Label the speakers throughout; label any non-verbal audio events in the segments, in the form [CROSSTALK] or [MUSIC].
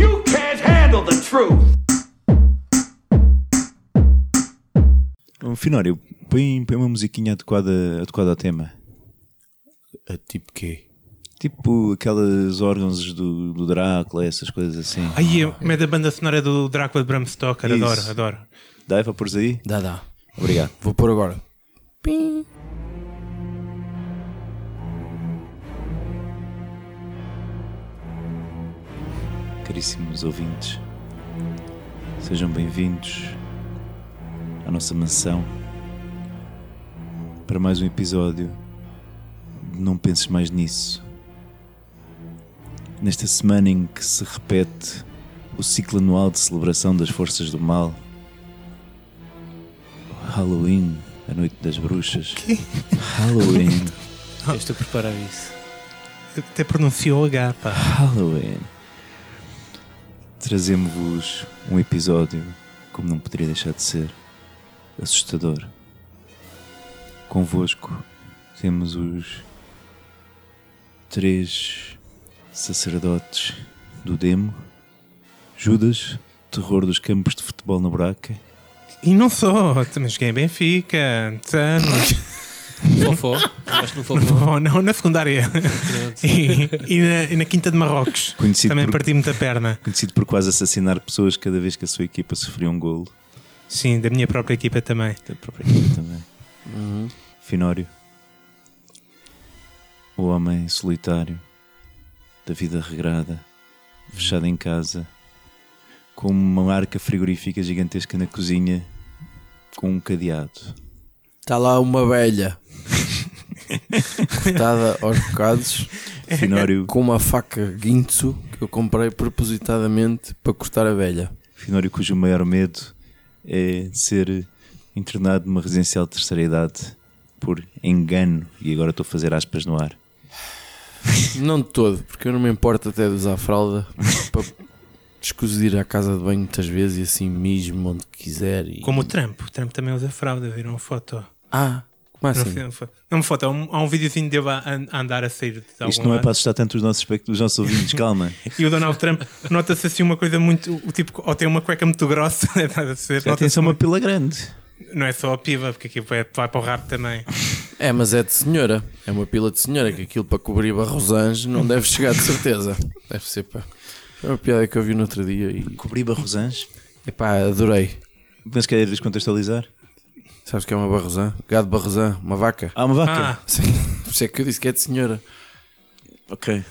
Speaker 1: You can't handle the truth.
Speaker 2: Ô, Finório, põe, põe uma musiquinha adequada, adequada ao tema.
Speaker 3: A tipo quê?
Speaker 2: Tipo aquelas órgãos do, do Drácula, essas coisas assim.
Speaker 4: Aí, mete a banda sonora do Drácula de Bram Stoker,
Speaker 2: Isso.
Speaker 4: adoro, adoro.
Speaker 2: Dá para pôr aí?
Speaker 3: Dá, dá.
Speaker 2: Obrigado.
Speaker 3: Vou pôr
Speaker 4: [LAUGHS]
Speaker 3: agora.
Speaker 2: Caríssimos ouvintes, sejam bem-vindos à nossa mansão para mais um episódio de Não Penses Mais Nisso. Nesta semana em que se repete o ciclo anual de celebração das forças do mal, Halloween, a noite das bruxas. Halloween,
Speaker 5: Eu estou preparado para isso.
Speaker 4: Até pronunciou o H, pá.
Speaker 2: Halloween. Trazemos-vos um episódio, como não poderia deixar de ser, assustador. Convosco temos os três sacerdotes do Demo: Judas, terror dos campos de futebol na Braca,
Speaker 4: E não sou, mas joguei em Benfica, anos,
Speaker 5: Fofó. Acho que não fofó.
Speaker 4: oh, não, na secundária.
Speaker 5: Pronto.
Speaker 4: E, e na, e na Quinta de Marrocos.
Speaker 2: Conhecido
Speaker 4: Também
Speaker 2: por-
Speaker 4: parti muita perna.
Speaker 2: conhecido por quase assassinar pessoas cada vez que a sua equipa sofria um golo.
Speaker 4: Sim, da minha própria equipa também.
Speaker 2: da própria equipa também. né? Uhum. Finório. O homem solitário, da vida regrada, fechado em casa, com uma arca frigorífica gigantesca na cozinha, com um cadeado. [LAUGHS]
Speaker 3: Está Tá lá uma velha. Cortada aos bocados
Speaker 2: Finório,
Speaker 3: com uma faca guinso que eu comprei propositadamente para cortar a velha.
Speaker 2: Finório cujo maior medo é ser internado numa residencial de terceira idade por engano, e agora estou a fazer aspas no ar.
Speaker 3: Não de todo, porque eu não me importo até de usar fralda para escuso de ir à casa de banho muitas vezes e assim mesmo onde quiser. E...
Speaker 4: Como o Trump. O Trump também usa fralda, viram uma foto.
Speaker 3: Ah, como
Speaker 4: Não,
Speaker 3: assim?
Speaker 4: foi- não foi- não uma foto, há um, há um videozinho dele a, a andar a sair de
Speaker 2: Isto
Speaker 4: algum
Speaker 2: não é
Speaker 4: lado.
Speaker 2: para assustar tanto os nossos, espect- os nossos ouvintes, [LAUGHS] calma.
Speaker 4: E o Donald Trump nota-se assim uma coisa muito. O tipo, ou tem uma cueca muito grossa, [LAUGHS] estás a perceber?
Speaker 2: Já tem
Speaker 4: Nota-se
Speaker 2: só uma
Speaker 4: muito-
Speaker 2: pila grande.
Speaker 4: Não é só a piva, porque aquilo vai, vai para o rabo também.
Speaker 3: É, mas é de senhora. É uma pila de senhora que aquilo para cobrir Barrosange não deve chegar de certeza. Deve ser pá. Foi uma piada que eu vi no outro dia e
Speaker 2: Cobri Barrosange.
Speaker 3: epá, adorei.
Speaker 2: Mas queres é descontextualizar?
Speaker 3: Sabes o que é uma Barrosan? Gado Barrosan, uma vaca.
Speaker 2: Ah, uma
Speaker 4: Ah,
Speaker 2: vaca.
Speaker 3: Sim. Por isso é que eu disse que é de senhora.
Speaker 2: Ok.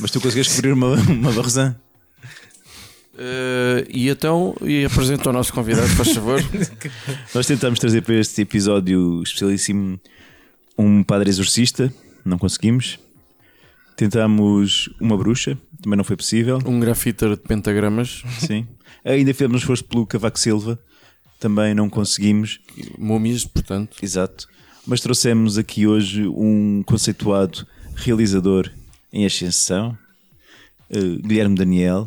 Speaker 2: Mas tu consegues cobrir uma, uma Barrosan?
Speaker 3: Eh, e então, e apresenta o nosso convidado, faz favor.
Speaker 2: Nós tentámos trazer para este episódio especialíssimo um padre exorcista, não conseguimos. Tentámos uma bruxa, também não foi possível.
Speaker 3: Um grafiter de pentagramas,
Speaker 2: Sim. Ainda fizemos um esforço pelo Cavaco Silva, também não conseguimos.
Speaker 3: múmias, portanto.
Speaker 2: Exato. Mas trouxemos aqui hoje um conceituado realizador em ascensão, eh, Guilherme Daniel,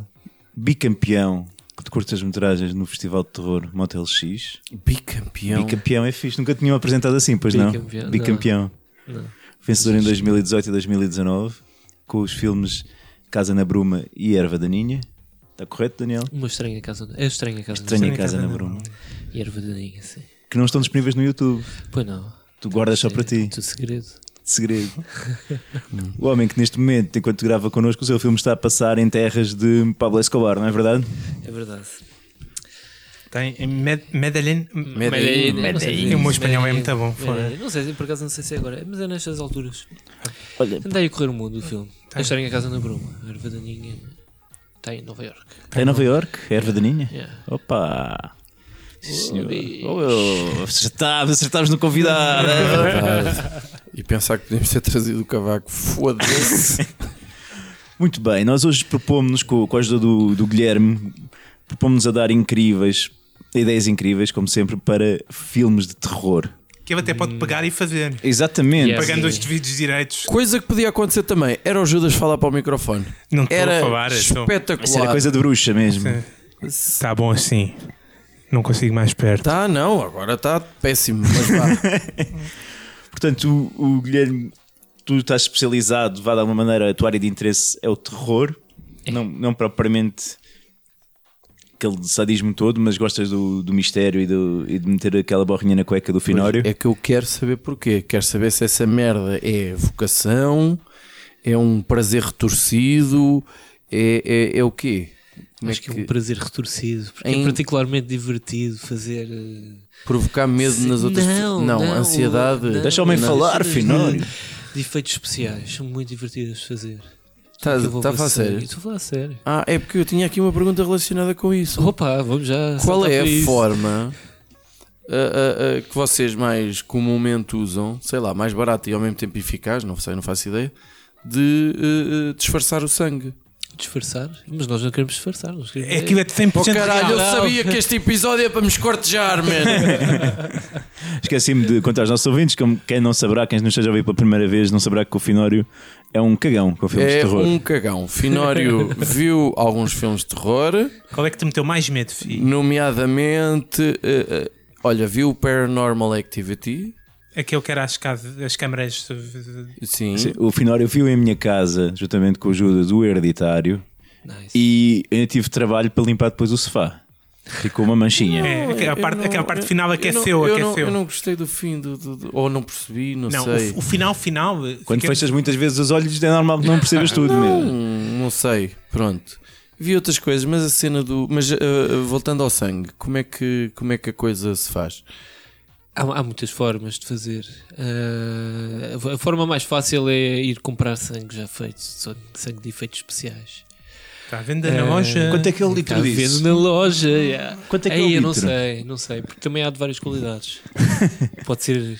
Speaker 2: bicampeão de curtas-metragens no Festival de Terror Motel X.
Speaker 3: Bicampeão.
Speaker 2: Bicampeão é fixe, nunca tinham apresentado assim, pois não?
Speaker 5: um Bicampeão, não.
Speaker 2: Bicampeão. Vencedor em 2018 e 2019, com os filmes Casa na Bruma e Erva Daninha. Está correto, Daniel?
Speaker 5: Uma estranha casa. É estranha casa.
Speaker 2: Estranha Casa na Bruma.
Speaker 5: E ervadinha, sim.
Speaker 2: Que não estão disponíveis no YouTube.
Speaker 5: Pois não.
Speaker 2: Tu guardas só
Speaker 5: É
Speaker 2: para ti.
Speaker 5: Tudo segredo.
Speaker 2: de segredo. o homem que neste momento, enquanto grava connosco, o seu filme está a passar em terras de Pablo Escobar, não é verdade?
Speaker 5: É verdade.
Speaker 4: tem em Med Medellín.
Speaker 3: Medellín.
Speaker 5: É, Não sei se-
Speaker 4: E o meu espanhol é muito bom,
Speaker 5: Medellín.
Speaker 4: foda.
Speaker 5: Não sei, se- por acaso não sei se é agora, mas é nestas alturas. Tentei correr o
Speaker 4: Tá.
Speaker 5: mundo do filme. A estranha casa na Bruma. A ervadinha está tá em Nova Yorque.
Speaker 2: É Nova York, erva daninha.
Speaker 5: Yeah.
Speaker 2: Opa! É. Sim, senhor.
Speaker 5: bicho.
Speaker 2: Oh, acertámos, acertámos no convidado. eh?
Speaker 3: E pensar que podíamos ter trazido o cavaco. Foda-se.
Speaker 2: [LAUGHS] Muito bem, nós hoje propomos-nos, com, com a ajuda do, do Guilherme, propomos-nos a dar incríveis, ideias incríveis, como sempre, para filmes de terror.
Speaker 4: que ele até pode pegar e fazer.
Speaker 2: Exatamente.
Speaker 5: Yeah.
Speaker 4: Pagando
Speaker 5: sim.
Speaker 4: os devidos direitos.
Speaker 3: Coisa que podia acontecer também era o Judas falar para o microfone.
Speaker 4: Não estou
Speaker 3: Era
Speaker 4: a falar. Estou...
Speaker 3: espetacular.
Speaker 2: Isso era coisa de bruxa mesmo.
Speaker 4: Está bom assim. Não consigo mais perto.
Speaker 3: Tá, não, agora está péssimo. Mas
Speaker 2: [LAUGHS]
Speaker 3: vá.
Speaker 2: Portanto, o, o Guilherme, tu estás especializado, vá de alguma maneira, a tua área de interesse é o terror, não, não propriamente aquele sadismo todo, mas gostas do, do mistério e, do- e de meter aquela borrinha na cueca do finório.
Speaker 3: é que eu quero saber porquê. Quero saber se essa merda é vocação, é um prazer retorcido, é, é, é o quê? Como é
Speaker 5: Acho que é
Speaker 3: que-
Speaker 5: um prazer retorcido, porque
Speaker 3: Em-
Speaker 5: é particularmente divertido fazer. eh,
Speaker 3: Provocar medo nas outras
Speaker 5: Não,
Speaker 3: pessoas. Não,
Speaker 5: não,
Speaker 3: ansiedade.
Speaker 5: não.
Speaker 2: Deixa o homem
Speaker 5: Não.
Speaker 2: falar,
Speaker 5: Não.
Speaker 2: finório.
Speaker 5: de efeitos especiais, são muito divertidas de fazer.
Speaker 3: Estás
Speaker 5: Eu vou
Speaker 3: tá a falar sério?
Speaker 5: Estou a falar sério.
Speaker 3: Ah, é porque eu tinha aqui uma pergunta relacionada com isso.
Speaker 5: Opa, vamos já.
Speaker 3: Qual
Speaker 5: saltar
Speaker 3: é
Speaker 5: para
Speaker 3: a
Speaker 5: isso.
Speaker 3: forma [LAUGHS] a- a- a que vocês mais comumente usam, sei lá, mais barata e ao mesmo tempo eficaz, não sei, não faço ideia, de eh, eh, disfarçar o sangue?
Speaker 5: Disfarçar? Mas nós não queremos disfarçar. Nós queremos
Speaker 4: É aquilo é de 100%
Speaker 3: Oh caralho, eu
Speaker 4: real.
Speaker 3: sabia que este episódio é para me [LAUGHS] escortejar, mano.
Speaker 2: Esqueci-me de contar aos nossos ouvintes, como quem não saberá, quem nos esteja a ouvir pela primeira vez, não saberá que o Finório é um cagão com filmes de
Speaker 3: é
Speaker 2: terror.
Speaker 3: um cagão. Finório viu alguns filmes de terror,
Speaker 4: Qual é que te meteu mais medo, filho?
Speaker 3: nomeadamente. eh, eh, olha, viu o Paranormal Activity.
Speaker 4: Aquele que era as, casas, as câmaras. eh,
Speaker 3: Sim.
Speaker 2: Sim, O Finório viu em minha casa, juntamente com a ajuda do hereditário,
Speaker 5: Nice.
Speaker 2: e eu tive trabalho para limpar depois o sofá. Ficou uma manchinha.
Speaker 4: É, aquela
Speaker 3: eu
Speaker 4: parte,
Speaker 3: não-
Speaker 4: aquela parte
Speaker 3: eu-
Speaker 4: final
Speaker 3: eu
Speaker 4: aqueceu,
Speaker 3: não- eu não-
Speaker 4: aqueceu.
Speaker 3: eu não gostei do fim, do, do- do- ou não percebi, não,
Speaker 4: Não,
Speaker 3: sei.
Speaker 4: o, o final final. eh,
Speaker 2: Quando
Speaker 4: fica-
Speaker 2: fechas muitas vezes os olhos, é normal que não percebas tudo mesmo.
Speaker 3: Hum, não sei, pronto. Vi outras coisas, mas a cena do. Mas ah, ah, voltando ao sangue, como é, que, como é que a coisa se faz?
Speaker 5: Há, há muitas formas de fazer. Ah, a- a forma mais fácil é ir comprar sangue já feito, só sangue de efeitos especiais.
Speaker 4: Está à venda na loja.
Speaker 2: Quanto é que ele
Speaker 5: Está
Speaker 2: litro
Speaker 5: a
Speaker 2: disso?
Speaker 5: Tá vendo na loja. yeah.
Speaker 2: Quanto é que é o
Speaker 5: Aí eu não
Speaker 2: litro?
Speaker 5: sei, não sei, porque também há de várias qualidades. Pode ser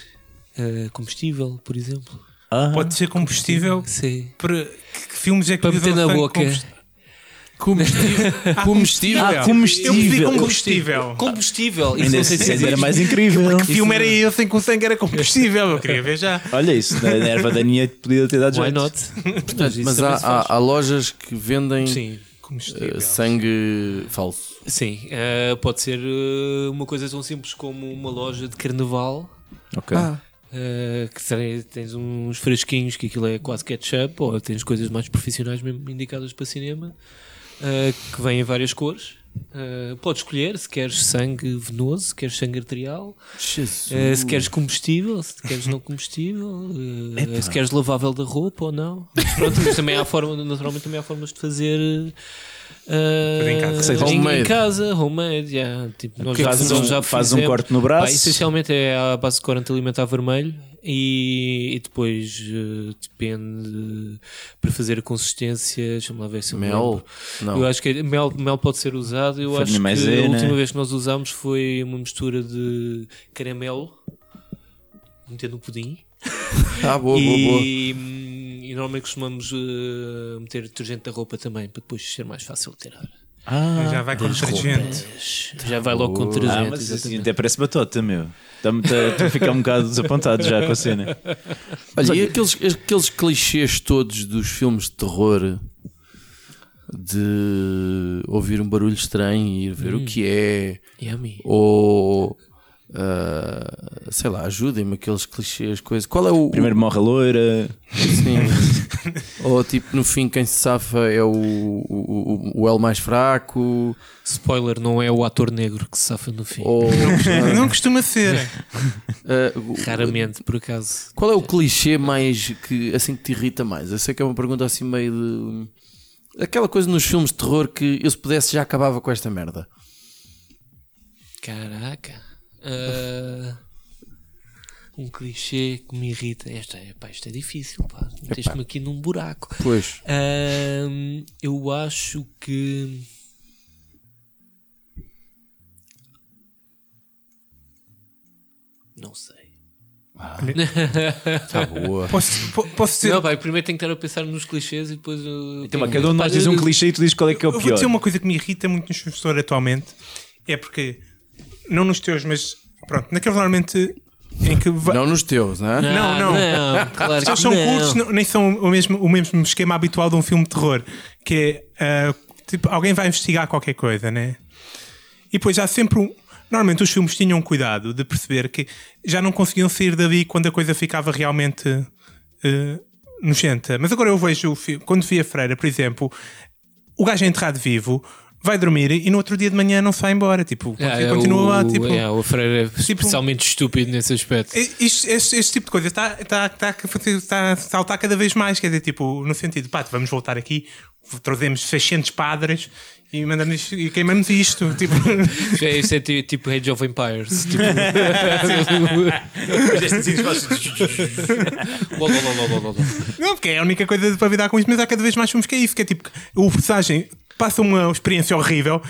Speaker 5: ah, combustível, por exemplo.
Speaker 2: Ah,
Speaker 4: Pode ser combustível.
Speaker 5: Sim.
Speaker 4: Para... Que que filmes é que
Speaker 5: Para meter
Speaker 4: usam
Speaker 5: na
Speaker 4: tanto
Speaker 5: boca.
Speaker 4: combust-
Speaker 5: [LAUGHS]
Speaker 3: Comestível.
Speaker 4: Ah,
Speaker 3: Comestível.
Speaker 5: é.
Speaker 2: Ah,
Speaker 4: Eu pedi
Speaker 2: comestível.
Speaker 4: combustível.
Speaker 5: Combustível. Isso
Speaker 2: ainda
Speaker 5: não sei se
Speaker 2: assim, era
Speaker 5: existe.
Speaker 2: mais incrível.
Speaker 4: Que filme era esse em que o sangue era combustível? é. Eu queria ver já.
Speaker 2: Olha isso, na erva daninha podia ter dado
Speaker 5: Why
Speaker 2: jeito.
Speaker 5: not? [LAUGHS] Portanto, isso
Speaker 3: Mas
Speaker 5: também
Speaker 3: há,
Speaker 5: se faz.
Speaker 3: há- há lojas que vendem
Speaker 5: Sim,
Speaker 3: ah,
Speaker 5: Eh,
Speaker 4: Combustível.
Speaker 3: sangue falso.
Speaker 5: sim. Ah, pode ser ah, uma coisa tão simples como uma loja de carnaval.
Speaker 2: Ok.
Speaker 5: ah, que tem- tens uns fresquinhos que aquilo é quase ketchup, ou tens coisas mais profissionais mesmo indicadas para cinema, ah, que vêm em várias cores. Ah, podes escolher se queres sangue venoso, se queres sangue arterial,
Speaker 3: Jesus.
Speaker 5: ah, se queres combustível, se queres não combustível, ah, se queres lavável da roupa ou não. Mas pronto, mas também há forma, naturalmente também há formas de fazer. ah,
Speaker 4: Fazer em casa.
Speaker 3: Receitas.
Speaker 5: em- em
Speaker 3: Homemade.
Speaker 5: casa, homemade, yeah. tipo, nós já
Speaker 2: Fazes um,
Speaker 5: nós já
Speaker 2: fazes um
Speaker 5: fizemos.
Speaker 2: corte no
Speaker 5: Pá,
Speaker 2: braço.
Speaker 5: essencialmente é à base de corante alimentar vermelho e, e depois eh, depende para fazer a consistência. Deixa-me lá ver se eu me
Speaker 3: Mel?
Speaker 5: lembro. Eu
Speaker 3: Não.
Speaker 5: acho que é, mel, mel pode ser usado. Eu
Speaker 2: Farinha
Speaker 5: acho que
Speaker 2: maisena.
Speaker 5: a
Speaker 3: né?
Speaker 5: última vez que nós usámos foi uma mistura de caramelo, metendo um pudim.
Speaker 3: Ah, boa, boa,
Speaker 5: e,
Speaker 3: boa.
Speaker 5: hum, e normalmente costumamos eh, meter detergente da roupa também para depois ser mais fácil de tirar.
Speaker 4: Já vai com detergente.
Speaker 5: Já vai logo com
Speaker 2: Ah,
Speaker 5: detergente.
Speaker 2: mas
Speaker 3: é
Speaker 2: assim,
Speaker 5: exatamente.
Speaker 2: até parece batota, meu. Estamos a- Estou a ficar um bocado desapontado já com a cena.
Speaker 3: Olha, e aqueles, aqueles clichês todos dos filmes de terror de ouvir um barulho estranho e ir
Speaker 5: Hum.
Speaker 3: ver o que é,
Speaker 5: Yummy.
Speaker 3: ou ah, sei lá, ajudem-me aqueles clichês, coisas. Qual é o.
Speaker 2: Primeiro morre a loira.
Speaker 3: Sim. [LAUGHS] ou tipo, no fim, quem se safa é o, o, o, o L mais fraco,
Speaker 5: Spoiler, não é o ator negro que se safa no fim.
Speaker 3: ou.
Speaker 4: Não costuma ser.
Speaker 3: ah, o-
Speaker 5: Raramente, por acaso.
Speaker 3: Qual é o clichê mais que assim que te irrita mais? Eu sei que é uma pergunta assim meio de aquela coisa nos filmes de terror que eu se pudesse já acabava com esta merda.
Speaker 5: Caraca. Ah, um clichê que me irrita. Esta é, pá, isto é difícil, pá. Meteste-me aqui num buraco.
Speaker 3: Pois.
Speaker 5: Ahm, eu acho que. Não sei.
Speaker 3: Tá boa.
Speaker 4: Posso, po- posso dizer.
Speaker 5: Não, é pá, primeiro tenho que estar a pensar nos clichês e depois. eu-
Speaker 2: Então, cada um de nós diz um clichê e tu dizes qual é que é o
Speaker 4: Eu vou
Speaker 2: pior.
Speaker 4: dizer uma coisa que me irrita muito nos professores atualmente. É porque, não nos teus, mas pronto, naqueles normalmente em que va-
Speaker 3: Não nos teus, não é?
Speaker 4: Não, não.
Speaker 5: claro
Speaker 4: Só
Speaker 5: que
Speaker 4: são
Speaker 5: não.
Speaker 4: curtos, não- nem são o mesmo, o mesmo esquema habitual de um filme de terror, que é ah, tipo, alguém vai investigar qualquer coisa, né? E depois há sempre um. Normalmente os filmes tinham cuidado de perceber que já não conseguiam sair dali quando a coisa ficava realmente ah, nojenta. Mas agora eu vejo o filme, quando vi a Freira, por exemplo, o gajo é enterrado vivo, vai dormir e no outro dia de manhã não sai embora. Tipo,
Speaker 5: É, é,
Speaker 4: continua
Speaker 5: o,
Speaker 4: lá. Tipo,
Speaker 5: é, o Freire é
Speaker 2: um
Speaker 5: especialmente estúpido nesse aspecto.
Speaker 4: este, este, este tipo de coisa está, está, está, a fazer- está a saltar cada vez mais, quer dizer, tipo, no sentido, pá, vamos voltar aqui, trazemos 600 padres e mandamos e queimamos isto. [LAUGHS] Tipo,
Speaker 5: Isto é- Isto é ti- tipo Age of Empires. Tipo... Lol, lol, lol, lol, lol.
Speaker 4: não, porque é a única coisa para lidar com isto, mas há cada vez mais filmes que é isso, que é tipo, o personagem passa uma experiência horrível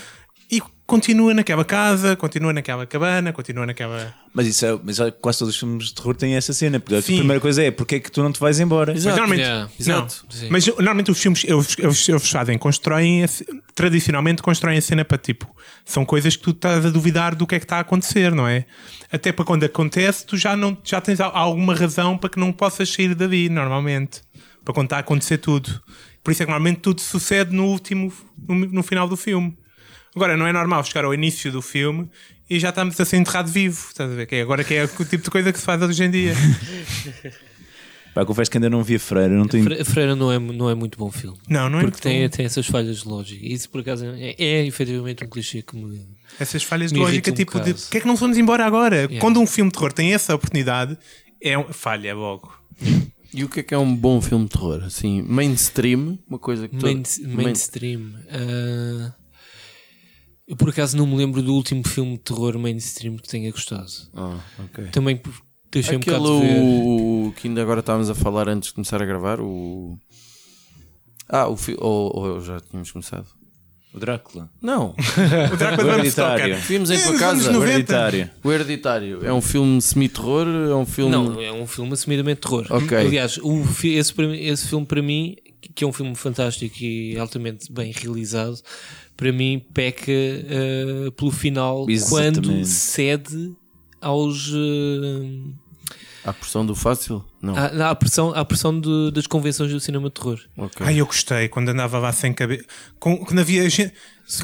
Speaker 4: e continua naquela casa, continua naquela cabana, continua naquela.
Speaker 2: Mas isso é, mas olha, quase todos os filmes de terror têm essa cena. Porque a
Speaker 4: Sim.
Speaker 2: primeira coisa é porque é que tu não te vais embora?
Speaker 4: Mas
Speaker 3: Exato.
Speaker 4: normalmente,
Speaker 5: yeah,
Speaker 4: não.
Speaker 3: exato,
Speaker 5: sim.
Speaker 4: mas normalmente os filmes eles, eles, eles fazem, constroem a ce- tradicionalmente constroem a cena para tipo, são coisas que tu estás a duvidar do que é que está a acontecer, não é? Até para quando acontece, tu já, não, já tens al- alguma razão para que não possas sair dali, normalmente, para quando está a acontecer tudo. Por isso é que normalmente tudo sucede no último, no, no final do filme. Agora, não é normal chegar ao início do filme e já estamos a ser enterrado vivo, estás a ver? Que é agora que é o tipo de coisa que se faz hoje em dia.
Speaker 2: Pá, confesso que ainda não vi a Freira, não tenho.
Speaker 5: Fre- Freira não é, não é muito bom filme.
Speaker 4: Não, não é?
Speaker 5: Porque tem, tem essas falhas de lógica. Isso por acaso é, é efetivamente um clichê que me.
Speaker 4: Essas falhas
Speaker 5: Me
Speaker 4: de lógica,
Speaker 5: irrita um
Speaker 4: tipo de
Speaker 5: bocado.
Speaker 4: porque é que não vamos embora agora? Quando um filme de terror tem essa oportunidade, é um- falha logo.
Speaker 3: E o que é que é um bom filme de terror? Assim, mainstream, uma coisa que
Speaker 5: Main- mainstream. Ah, eu por acaso não me lembro do último filme de terror mainstream que tenha gostado.
Speaker 3: Ah, ok.
Speaker 5: Também por- deixei
Speaker 3: Aquele
Speaker 5: um bocado de ver.
Speaker 3: o- o que ainda agora estávamos a falar antes de começar a gravar, o. Ah, o fi... ou, ou já tínhamos começado?
Speaker 2: O Drácula.
Speaker 3: Não,
Speaker 4: O Drácula de Bram Stoker.
Speaker 2: Hereditário.
Speaker 3: vimos em
Speaker 4: É,
Speaker 3: tua
Speaker 4: nos
Speaker 3: casa.
Speaker 4: anos
Speaker 2: O
Speaker 4: 90.
Speaker 2: Hereditário.
Speaker 3: O Hereditário é um filme semi-terror? É um filme.
Speaker 5: Não, é um filme assumidamente de terror.
Speaker 3: Ok.
Speaker 5: Aliás, o fi- esse, para mim- esse filme para mim, que é um filme fantástico e altamente bem realizado, para mim peca eh, pelo final
Speaker 2: Exatamente.
Speaker 5: quando cede aos eh,
Speaker 3: A pressão do fácil? Não.
Speaker 5: à, à pressão, à pressão de- das convenções do cinema de terror.
Speaker 3: Ok.
Speaker 4: Ai, eu gostei quando andava lá sem cabeça. Quando havia gente.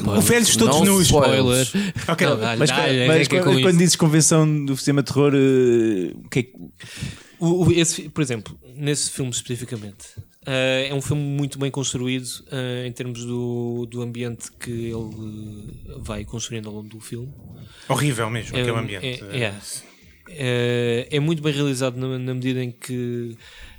Speaker 4: O velhos todos
Speaker 3: Não
Speaker 4: nus.
Speaker 3: spoilers.
Speaker 4: Ok.
Speaker 5: Não, dá-lhe,
Speaker 2: Mas,
Speaker 5: dá-lhe,
Speaker 2: mas
Speaker 5: é que é com
Speaker 2: quando,
Speaker 5: isso.
Speaker 2: quando dizes convenção do cinema de terror, eh, o que é que.
Speaker 5: O- o- esse fi- por exemplo, nesse filme especificamente, eh, é um filme muito bem construído eh, em termos do, do ambiente que ele eh, vai construindo ao longo do filme.
Speaker 4: Horrível mesmo,
Speaker 5: É,
Speaker 4: aquele
Speaker 5: um-
Speaker 4: ambiente.
Speaker 5: É, é. Eh, é muito bem realizado na, na medida em que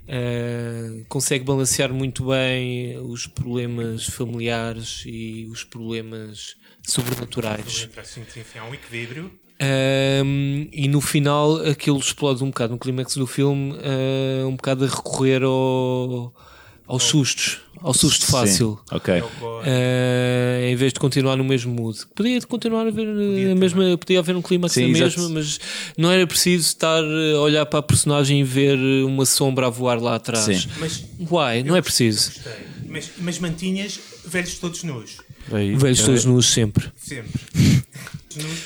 Speaker 5: eh, consegue balancear muito bem os problemas familiares e os problemas sobrenaturais.
Speaker 4: Sim, sim, sim, há um equilíbrio.
Speaker 5: Um, e no final aquilo explode um bocado, no clímax do filme, uh, um bocado a recorrer ao, aos sustos, ao susto
Speaker 2: Sim,
Speaker 5: fácil.
Speaker 2: Ok.
Speaker 5: Uh, em vez de continuar no mesmo mood, podia continuar a ver ah, a mesma, podia haver um clímax
Speaker 2: Sim,
Speaker 5: na
Speaker 2: exato.
Speaker 5: mesma, mas não era preciso estar uh, a olhar para a personagem e ver uh, uma sombra a voar lá atrás.
Speaker 2: Sim.
Speaker 4: Mas,
Speaker 5: Uai, não é preciso.
Speaker 4: gostei. mas, mas mantinhas velhos todos nus.
Speaker 3: Aí,
Speaker 2: É.
Speaker 5: Vejo
Speaker 3: peraí.
Speaker 5: todos nus sempre.
Speaker 4: Sempre.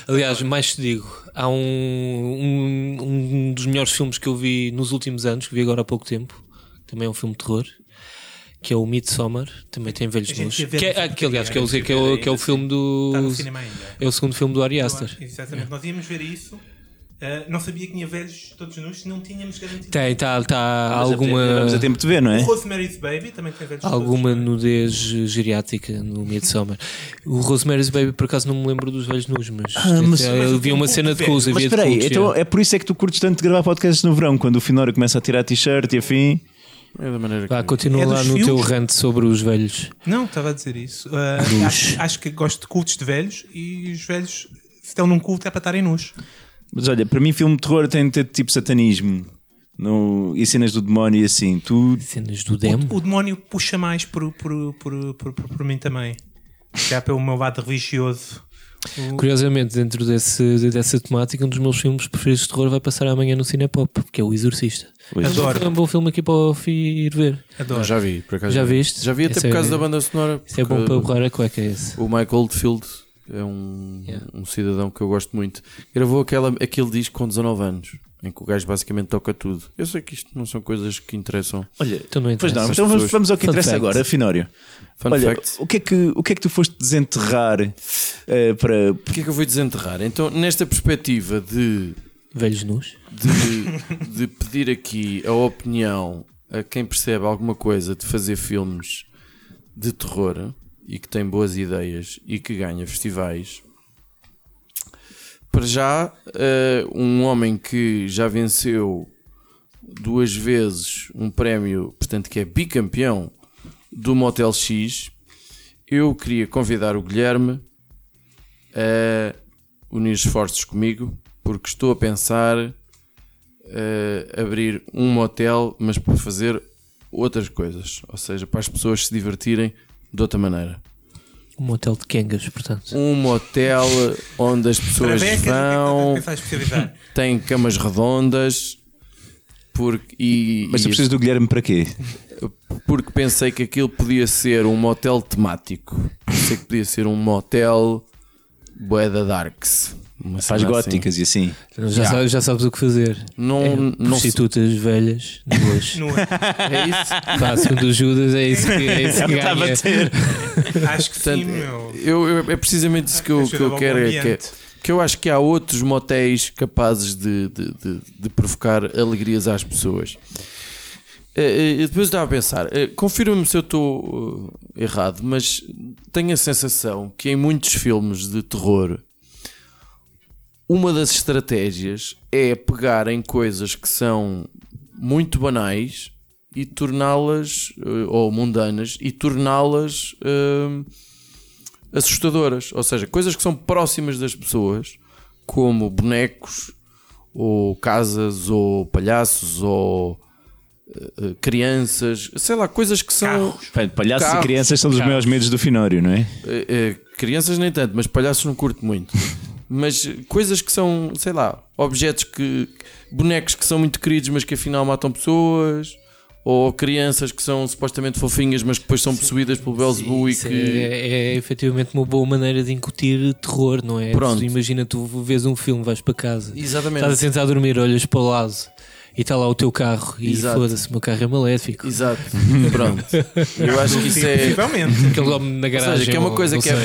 Speaker 5: Aliás, mais te digo, há um, um, um dos melhores filmes que eu vi nos últimos anos, que vi agora há pouco tempo, também é um filme de terror, que é o Midsommar, também tem velhos
Speaker 4: gente
Speaker 5: nus.
Speaker 4: ia ver
Speaker 5: Que é,
Speaker 4: esse
Speaker 5: ah, que, aliás, que, é,
Speaker 4: filme,
Speaker 5: o- que, é,
Speaker 4: era
Speaker 5: o-
Speaker 4: ainda
Speaker 5: que é o
Speaker 4: assim.
Speaker 5: filme do.
Speaker 4: Está no cinema Tá ainda.
Speaker 5: É o segundo filme do Ari Aster.
Speaker 4: Exatamente. Nós íamos ver isso. Ah, não sabia que tinha velhos todos nus se não tínhamos garantido.
Speaker 5: Tem, tá, tá
Speaker 2: Mas a tempo-
Speaker 5: alguma,
Speaker 2: Estamos a tempo de ver, não é?
Speaker 4: Rosemary's Baby também tem velhos todos
Speaker 5: alguma
Speaker 4: nus.
Speaker 5: nudez geriátrica no Midsommar. O Rosemary's Baby, por acaso, não me lembro dos velhos nus, mas,
Speaker 4: Ah,
Speaker 2: mas-
Speaker 5: eu vi uma
Speaker 4: um
Speaker 5: cena de
Speaker 4: culto,
Speaker 5: coisa.
Speaker 2: Mas
Speaker 5: havia de
Speaker 2: espera aí,
Speaker 5: culto,
Speaker 2: então
Speaker 5: já.
Speaker 2: é por isso é que tu curtes tanto de gravar podcasts no verão, quando o Finório começa a tirar t-shirt e afim.
Speaker 3: É da maneira
Speaker 5: Vá,
Speaker 3: que-
Speaker 5: continua
Speaker 4: É
Speaker 5: lá
Speaker 4: dos
Speaker 5: no
Speaker 4: filmes?
Speaker 5: teu rant sobre os velhos.
Speaker 4: Não, estava a dizer isso. Ah, acho, acho que gosto de cultos de velhos e os velhos, se estão num culto, é para estarem nus.
Speaker 2: Mas olha, para mim, filme de terror tem de ter tipo satanismo no... e cenas do demónio e assim. Tu.
Speaker 5: Cenas do demo.
Speaker 4: O demónio puxa mais por, por, por, por, por, por mim também. Já pelo meu lado religioso.
Speaker 5: Curiosamente, dentro desse, dessa temática, um dos meus filmes preferidos de terror vai passar amanhã no Cinepop, que é O Exorcista.
Speaker 4: Adoro.
Speaker 5: É um bom filme aqui para o Fi ir ver.
Speaker 4: Adoro.
Speaker 3: Não, já vi, por acaso.
Speaker 5: Já viste?
Speaker 3: Já vi até
Speaker 5: Esse
Speaker 3: por
Speaker 5: é-
Speaker 3: causa da banda sonora.
Speaker 5: Isso é bom
Speaker 3: porque
Speaker 5: para borrar a cueca esse.
Speaker 3: O Michael Oldfield é um,
Speaker 5: Yeah.
Speaker 3: um cidadão que eu gosto muito. Gravou aquela, aquele disco com 19 anos. em que o gajo basicamente toca tudo. Eu sei que isto não são coisas que interessam.
Speaker 2: Olha,
Speaker 5: Então não
Speaker 2: pois não,
Speaker 5: interessa.
Speaker 2: então vamos,
Speaker 3: pessoas.
Speaker 2: vamos ao que
Speaker 5: Fun
Speaker 2: interessa
Speaker 5: fact.
Speaker 2: agora, Finório.
Speaker 3: Fun
Speaker 2: Olha,
Speaker 3: fact.
Speaker 2: o que, é que, o que é que tu foste desenterrar eh, para.
Speaker 3: O que é que eu vou desenterrar? Então, nesta perspectiva de,
Speaker 5: Velhos nus.
Speaker 3: de, de pedir aqui a opinião a quem percebe alguma coisa de fazer filmes de terror e que tem boas ideias e que ganha festivais, para já, eh, um homem que já venceu duas vezes um prémio, portanto, que é bicampeão do Motel X, eu queria convidar o Guilherme a unir esforços comigo, porque estou a pensar eh, abrir um motel, mas para fazer outras coisas, ou seja, para as pessoas se divertirem de outra maneira.
Speaker 5: Um motel de Kengas, portanto.
Speaker 3: Um motel onde as
Speaker 4: Para
Speaker 3: pessoas
Speaker 4: becas, o que é que estás a
Speaker 3: vão,
Speaker 4: pensar
Speaker 3: [LAUGHS]
Speaker 4: em especializar?
Speaker 3: tem camas redondas. Porque, e,
Speaker 2: Mas tu
Speaker 3: e-
Speaker 2: precisas do Guilherme para quê?
Speaker 3: porque pensei que aquilo podia ser um motel temático. Pensei que podia ser um motel Boeda Darks.
Speaker 2: Para
Speaker 3: Uma
Speaker 2: as
Speaker 3: cena assim.
Speaker 2: góticas e assim.
Speaker 5: Já, sabes, já sabes o que fazer.
Speaker 3: Um, Não,
Speaker 5: É,
Speaker 3: não se-
Speaker 5: prostitutas velhas, nuas.
Speaker 4: [LAUGHS] Não,
Speaker 3: É isso?
Speaker 5: Pá, segundo o Judas, é isso que, é isso
Speaker 4: [LAUGHS]
Speaker 5: que ganha.
Speaker 4: acho que sim,
Speaker 3: Portanto,
Speaker 4: meu.
Speaker 3: eu, eu- é precisamente isso que eu, que
Speaker 4: Ajuda
Speaker 3: eu
Speaker 4: ao
Speaker 3: quero. é
Speaker 4: ambiente.
Speaker 3: Que, é- que eu acho que há outros motéis capazes de, de, de- de provocar alegrias às pessoas. Eh, eh, Eu depois estava a pensar, eh, confirma-me se eu estou eh, errado, mas tenho a sensação que em muitos filmes de terror uma das estratégias é pegar em coisas que são muito banais e torná-las, eh, ou mundanas, e torná-las hum, assustadoras. Ou seja, coisas que são próximas das pessoas, como bonecos, ou casas, ou palhaços, ou eh, eh, crianças, sei lá, coisas que são.
Speaker 2: Bem, Palhaços e
Speaker 3: Carros,
Speaker 2: crianças são dos
Speaker 4: carros.
Speaker 2: maiores medos do Finório, não é?
Speaker 3: Eh, eh, crianças nem tanto, mas palhaços não curto
Speaker 5: [LAUGHS]
Speaker 3: muito. mas eh, coisas que são, sei lá, objetos que. bonecos que são muito queridos, mas que afinal matam pessoas. Ou crianças que são supostamente fofinhas, mas que depois são possuídas pelo Belzebu e
Speaker 5: Isso
Speaker 3: que.
Speaker 5: é, é efetivamente uma boa maneira de incutir terror, não é?
Speaker 3: Pronto.
Speaker 5: Tu imagina, tu vês um filme, vais para casa,
Speaker 3: Exatamente.
Speaker 5: estás a sentar a dormir, olhas para o lado e está lá o teu carro e
Speaker 3: Exato.
Speaker 5: foda-se, o meu carro é
Speaker 3: [LAUGHS]
Speaker 5: maléfico.
Speaker 3: Exato. Pronto. Eu acho que isso é.
Speaker 4: Possivelmente.
Speaker 5: Aquele homem na garagem.
Speaker 3: Ou seja, que é uma
Speaker 5: ou-
Speaker 3: coisa
Speaker 5: não
Speaker 3: que
Speaker 5: sei.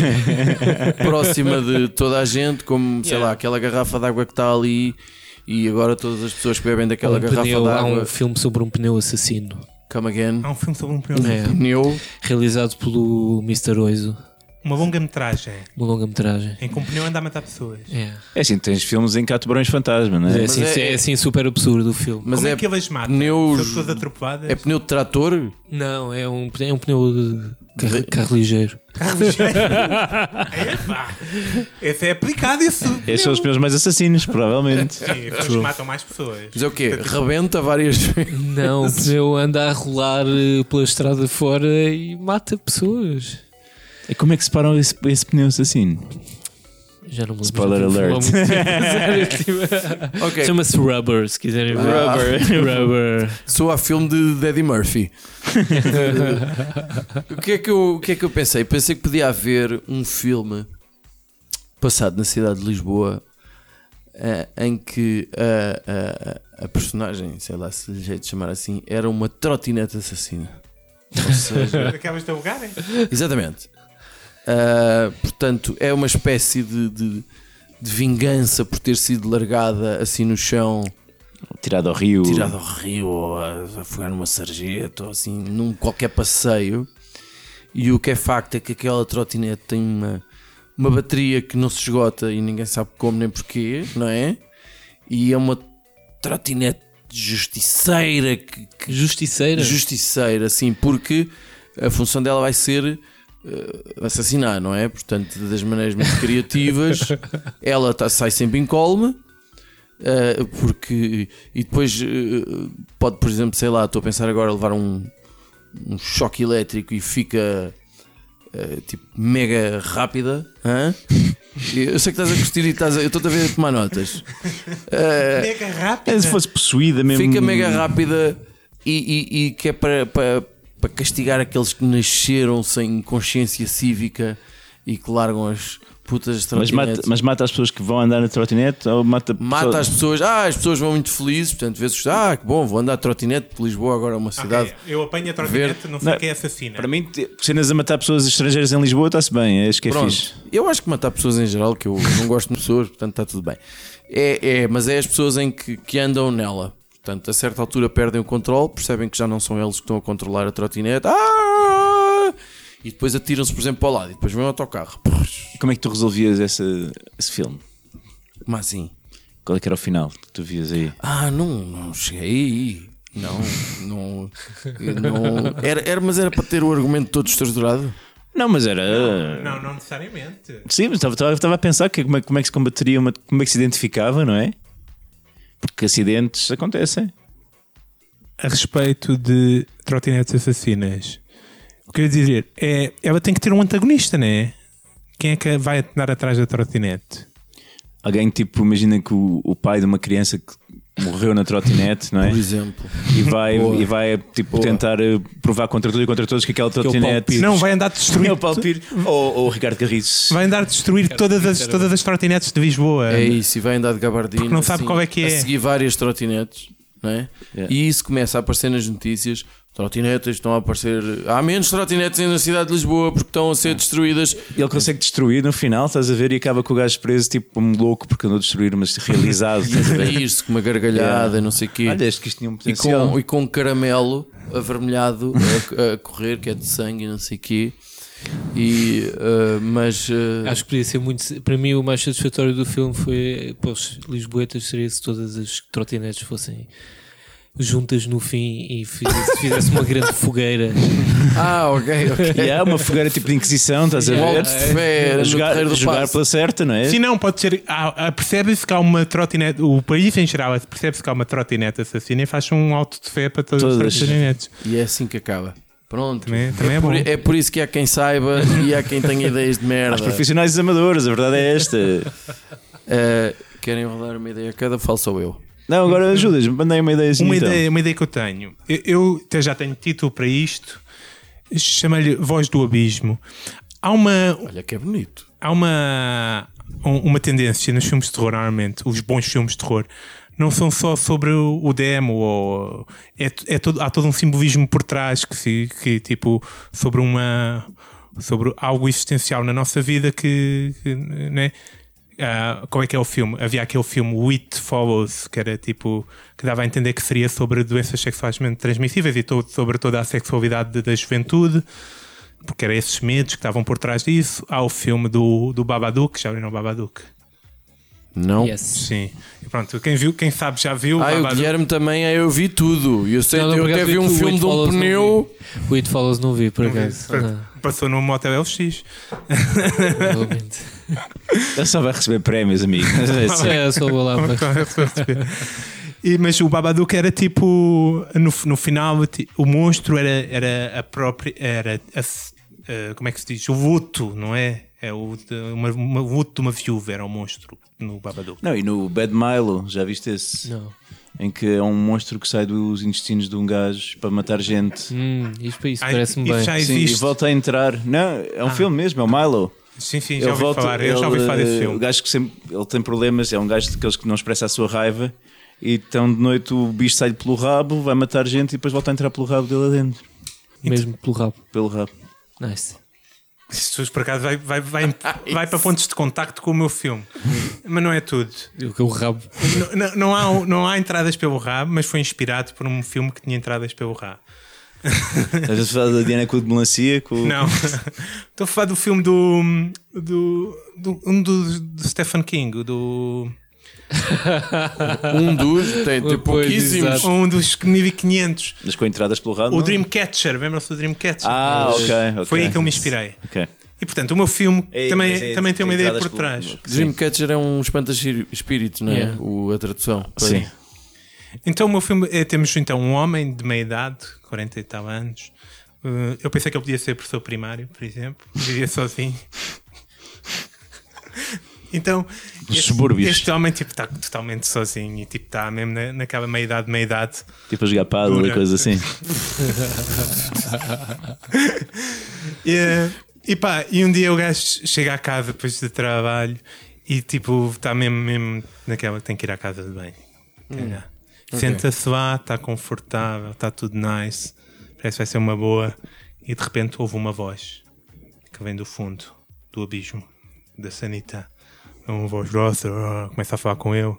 Speaker 3: é [LAUGHS] próxima de toda a gente, como sei lá, aquela garrafa de água que está ali e agora todas as pessoas que bebem
Speaker 5: Há
Speaker 3: daquela
Speaker 5: um
Speaker 3: garrafa
Speaker 5: pneu,
Speaker 3: de
Speaker 5: há
Speaker 3: água,
Speaker 5: um filme sobre um pneu assassino,
Speaker 3: come again,
Speaker 4: Há um filme sobre um pneu.
Speaker 5: É.
Speaker 3: pneu,
Speaker 5: realizado pelo Mr. Oizo,
Speaker 4: Uma longa-metragem
Speaker 5: uma longa-metragem.
Speaker 4: em que um pneu anda a matar pessoas.
Speaker 5: É.
Speaker 2: É assim, tens filmes em que há tubarões fantasma, não
Speaker 5: Mas é,
Speaker 2: é?
Speaker 5: assim,
Speaker 3: Mas é-
Speaker 5: é assim super absurdo o filme.
Speaker 3: mas
Speaker 4: Como é,
Speaker 3: é,
Speaker 4: que elas matam?
Speaker 3: pneus-
Speaker 4: São pessoas atropeladas?
Speaker 3: é pneu de trator?
Speaker 5: Não, é um, é um pneu de carro, carro ligeiro.
Speaker 4: Epá, É, Esse é aplicado, isso.
Speaker 2: Esses são os pneus mais assassinos, provavelmente.
Speaker 4: Sim, as pessoas matam mais pessoas.
Speaker 3: Mas é o quê? Rebenta
Speaker 5: [LAUGHS]
Speaker 3: várias vezes.
Speaker 5: Não,
Speaker 3: [LAUGHS]
Speaker 5: o pneu anda a rolar eh, pela estrada fora e mata pessoas.
Speaker 2: [LAUGHS] E como é que separam esse, esse pneu assassino?
Speaker 5: Já não me lembro.
Speaker 2: Spoiler
Speaker 5: já tive
Speaker 2: alert.
Speaker 5: há muito
Speaker 3: [LAUGHS]
Speaker 5: tempo. [LAUGHS] Sério, tipo,
Speaker 3: Ok,
Speaker 5: Chama-se Rubber, se quiserem ver.
Speaker 3: Ah.
Speaker 5: [LAUGHS] Rubber.
Speaker 3: sou a filme de Eddie Murphy. o, que é que eu, o que é que eu pensei? Pensei que podia haver um filme passado na cidade de Lisboa eh, em que a, a- a personagem, sei lá se lhe jeito de chamar assim, era uma trotinete assassina. Ou
Speaker 4: [LAUGHS]
Speaker 3: seja,
Speaker 4: Acabas de alugar, hein?
Speaker 3: Exatamente. Ah, portanto, é uma espécie de, de- de vingança por ter sido largada assim no chão,
Speaker 2: Tirado ao rio.
Speaker 3: tirada ao rio, ou a afogar numa sarjeta, ou assim, num qualquer passeio. E o que é facto é que aquela trotinete tem uma, uma bateria que não se esgota e ninguém sabe como nem porquê, não é? E é uma trotinete justiceira que- que
Speaker 5: Justiceira.
Speaker 3: justiceira, sim, porque a função dela vai ser eh, assassinar, não é? Portanto, das maneiras muito criativas, ela tá- sai sempre incólume. eh, porque e depois eh, pode, por exemplo, sei lá, estou a pensar agora levar um, um choque elétrico e fica eh, tipo mega rápida. hã? Eu sei que estás a curtir e estás a, eu estou-te a ver a tomar notas. Eh,
Speaker 4: Pega rápido.
Speaker 2: É, se fosse possuída mesmo.
Speaker 3: Fica mega rápida e, e- e que é para, para, para castigar aqueles que nasceram sem consciência cívica e que largam as putas de
Speaker 2: Mas mata,
Speaker 3: trotinete.
Speaker 2: mas mata as pessoas que vão andar na trotinete ou mata,
Speaker 3: Mata
Speaker 2: pessoas-
Speaker 3: as pessoas, ah, as pessoas vão muito felizes, portanto, vê-se, ah, que bom, vou andar de trotinete, porque Lisboa agora é uma cidade.
Speaker 4: Ok, Eu apanho a trotinete,
Speaker 3: Verde.
Speaker 4: não sei
Speaker 2: Não,
Speaker 4: quem é assassina.
Speaker 2: Para mim, te- cenas a matar pessoas estrangeiras em Lisboa está-se bem, acho que é
Speaker 3: Pronto,
Speaker 2: fixe.
Speaker 3: eu acho que matar pessoas em geral, que eu não gosto de pessoas, portanto está tudo bem. É, é, mas é as pessoas em que, que andam nela. Portanto, a certa altura perdem o controle, percebem que já não são eles que estão a controlar a trotinete. Ah! E depois atiram-se, por exemplo, para o lado e depois vem o autocarro. Prrr,
Speaker 2: E como é que tu resolvias essa, esse filme?
Speaker 3: Como assim?
Speaker 2: Qual é que era o final que tu vias aí?
Speaker 3: Ah, não, não cheguei. Não, não. não era, era, mas era para ter o argumento todo estruturado.
Speaker 2: Não, mas era. eh,
Speaker 4: Não, não necessariamente.
Speaker 2: Sim, mas estava- estava estava a pensar que como, é, como é que se combateria, uma, como é que se identificava, não é? Porque acidentes acontecem.
Speaker 4: a respeito de trotinetes assassinas, o que eu queria dizer é ela tem que ter um antagonista, né? Quem é que vai andar atrás da trotinete?
Speaker 2: Alguém tipo, imagina que o, o pai de uma criança que morreu na trotinete, não é?
Speaker 3: Por exemplo,
Speaker 2: E vai,
Speaker 3: Boa.
Speaker 2: e vai tipo, tentar eh, provar contra tudo e contra todos que aquela trotinete.
Speaker 4: Não, vai andar a destruir.
Speaker 2: É o palpite. Ou, ou o Ricardo Carriço.
Speaker 4: Vai andar a destruir todas as, todas as trotinetes de Lisboa.
Speaker 3: é isso. E vai andar de gabardina.
Speaker 4: Porque não sabe
Speaker 3: assim,
Speaker 4: qual é que
Speaker 3: A
Speaker 4: é.
Speaker 3: seguir várias trotinetes, não é?
Speaker 2: Yeah.
Speaker 3: E isso começa a aparecer nas notícias. Trotinetas estão a aparecer. Há menos trotinetes na cidade de Lisboa porque estão a ser destruídas.
Speaker 2: Ele consegue destruir no final, estás a ver, e acaba com o gajo preso, tipo um louco, porque andou a destruir, mas
Speaker 4: [LAUGHS]
Speaker 2: realizado. estás a ver?
Speaker 3: É isso, com uma gargalhada, não sei o quê.
Speaker 2: Olha, acho que isto tinha um
Speaker 3: E
Speaker 2: potencial.
Speaker 3: com, e com um caramelo avermelhado a, a correr, que é de sangue, e não sei o quê. E, eh, mas eh,
Speaker 5: Acho que podia ser muito. Para mim, o mais satisfatório do filme foi para os Lisboetas seria se todas as trotinetes fossem juntas no fim e fizesse, fizesse uma grande fogueira.
Speaker 3: Ah, ok,
Speaker 2: [LAUGHS]
Speaker 3: ok.
Speaker 2: E há uma fogueira tipo de Inquisição, estás a
Speaker 3: Um
Speaker 2: ver?
Speaker 3: alto de fé no
Speaker 2: jogar
Speaker 3: terreiro do
Speaker 2: jogar
Speaker 3: passo.
Speaker 2: pela certa, não é?
Speaker 4: Se não, pode ser. há- há- Percebe-se que há uma trotinete. O país em geral percebe-se que há uma trotinete assassina e faz um auto de fé para todas,
Speaker 2: Todas.
Speaker 4: as trotinetes.
Speaker 3: E é assim que acaba. Pronto.
Speaker 4: Também, também é bom.
Speaker 3: Por- É por isso que há quem saiba e há quem
Speaker 4: [LAUGHS]
Speaker 3: tenha ideias de merda.
Speaker 2: Profissionais e amadores, a verdade é esta.
Speaker 3: Eh, querem rodar uma ideia a cada? Falo sou eu.
Speaker 2: Não, agora ajudas-me, mandei uma ideia assim.
Speaker 4: Uma,
Speaker 2: então.
Speaker 4: ideia, uma ideia que eu tenho. Eu, eu até já tenho título para isto. Chama-lhe Voz do Abismo. Há uma,
Speaker 3: Olha que é bonito.
Speaker 4: há uma, um- uma tendência nos filmes de terror, normalmente, os bons filmes de terror, não são só sobre o o demo, ou, é, t- é todo, há todo um simbolismo por trás que, se, que tipo, sobre uma sobre algo existencial na nossa vida que, que, né? Ah, qual é que é o filme? Havia aquele filme It Follows, que era tipo que dava a entender que seria sobre doenças sexualmente transmissíveis e to- sobre toda a sexualidade da- da juventude porque eram esses medos que estavam por trás disso. Há o filme do, do Babadook, já viram o Babadook?
Speaker 3: Não.
Speaker 5: Yes.
Speaker 4: Sim. E pronto, quem, viu, quem sabe já viu o
Speaker 3: Ah, o
Speaker 4: Babadook.
Speaker 3: Guilherme também, ah, eu vi tudo. Eu, sei,
Speaker 5: Não, não,
Speaker 3: eu
Speaker 5: por
Speaker 3: até
Speaker 5: acaso
Speaker 3: vi
Speaker 5: vi
Speaker 3: um
Speaker 5: tudo,
Speaker 3: filme
Speaker 5: It
Speaker 3: de um
Speaker 5: Follows não
Speaker 3: pneu.
Speaker 5: O It Follows não vi, por acaso.
Speaker 4: Pronto, Passou num motel LX.
Speaker 5: Não,
Speaker 4: [LAUGHS]
Speaker 5: provavelmente.
Speaker 2: Ele só vai receber prémios, amigo.
Speaker 5: é, eu só vou lá para.
Speaker 4: E, mas o Babadook era tipo no, no final ti- o monstro era, era a própria era a s- eh, como é que se diz o luto não é é o de uma, uma- o luto de uma viúva era o monstro no Babadook
Speaker 2: não, e no Bad Milo, já viste esse?
Speaker 5: Não.
Speaker 2: Em que é um monstro que sai dos intestinos de um gajo para matar gente.
Speaker 5: Hum, isto isso
Speaker 4: Ah,
Speaker 5: parece-me
Speaker 4: isso
Speaker 5: bem.
Speaker 4: já
Speaker 2: Sim, e
Speaker 4: existe
Speaker 2: volta a entrar. Não, é um filme mesmo, é o Milo.
Speaker 4: sim sim
Speaker 2: Ele
Speaker 4: já ouvi
Speaker 2: volta-
Speaker 4: falar eu já ouvi
Speaker 2: ele,
Speaker 4: falar desse
Speaker 2: eh,
Speaker 4: filme
Speaker 2: O gajo que sempre ele tem problemas, é um gajo daqueles que não expressa a sua raiva. E então de noite o bicho sai pelo rabo, vai matar gente e depois volta a entrar pelo rabo dele adentro.
Speaker 5: Mesmo pelo rabo.
Speaker 2: Pelo
Speaker 4: [LAUGHS]
Speaker 2: rabo.
Speaker 5: Nice.
Speaker 4: Isso hoje, por acaso vai, vai, vai, vai para pontos de contacto com o meu filme. mas não é tudo.
Speaker 5: Eu,
Speaker 4: [LAUGHS]
Speaker 5: o rabo.
Speaker 4: Não, não- não há, um, não há entradas pelo rabo, mas foi inspirado por um filme que tinha entradas pelo rabo.
Speaker 2: Estás a falar da Diana Cu de Melancia? Com...
Speaker 4: Não. [LAUGHS] Estou a falar do filme do. do, do um do, do Stephen King, do.
Speaker 3: Um dos, tem, tem
Speaker 5: [LAUGHS] Pois,
Speaker 3: pouquíssimos.
Speaker 5: exato.
Speaker 4: Um dos 1500.
Speaker 2: Mas com entradas pelo rabo?
Speaker 4: O
Speaker 2: não?
Speaker 4: Dreamcatcher, lembram-se do Dreamcatcher?
Speaker 2: Ah, ok. ok.
Speaker 4: Foi aí que eu me inspirei.
Speaker 2: Ok.
Speaker 4: E portanto, o meu filme
Speaker 2: É,
Speaker 4: também,
Speaker 2: mas é-
Speaker 4: também tem uma ideia
Speaker 2: entradas
Speaker 4: por
Speaker 2: pelo-
Speaker 4: trás.
Speaker 2: Sim.
Speaker 3: Dreamcatcher é um espanta-espírito, não é?
Speaker 5: Yeah.
Speaker 3: O, a tradução.
Speaker 2: Sim.
Speaker 4: Então o meu filme é, temos então um homem de meia idade, 40 e tal anos. Uh, eu pensei que ele podia ser professor primário, por exemplo, [LAUGHS] vivia sozinho. Então,
Speaker 2: Nos
Speaker 4: este,
Speaker 2: subúrbios.
Speaker 4: este homem tipo está totalmente sozinho e tipo está mesmo na, naquela meia idade, meia idade.
Speaker 2: Tipo a jogar
Speaker 4: [LAUGHS]
Speaker 2: paddle
Speaker 4: Dura.
Speaker 2: e coisa assim.
Speaker 4: E, E pá, e um dia o gajo chega à casa depois de trabalho e tipo, está mesmo, mesmo naquela que tem que ir à casa de banho. Calhar. Senta-se lá, está confortável, está tudo nice, parece que vai ser uma boa. E de repente ouve uma voz que vem do fundo, do abismo, da sanita. É Uma voz grossa, ah, começa a falar com ele.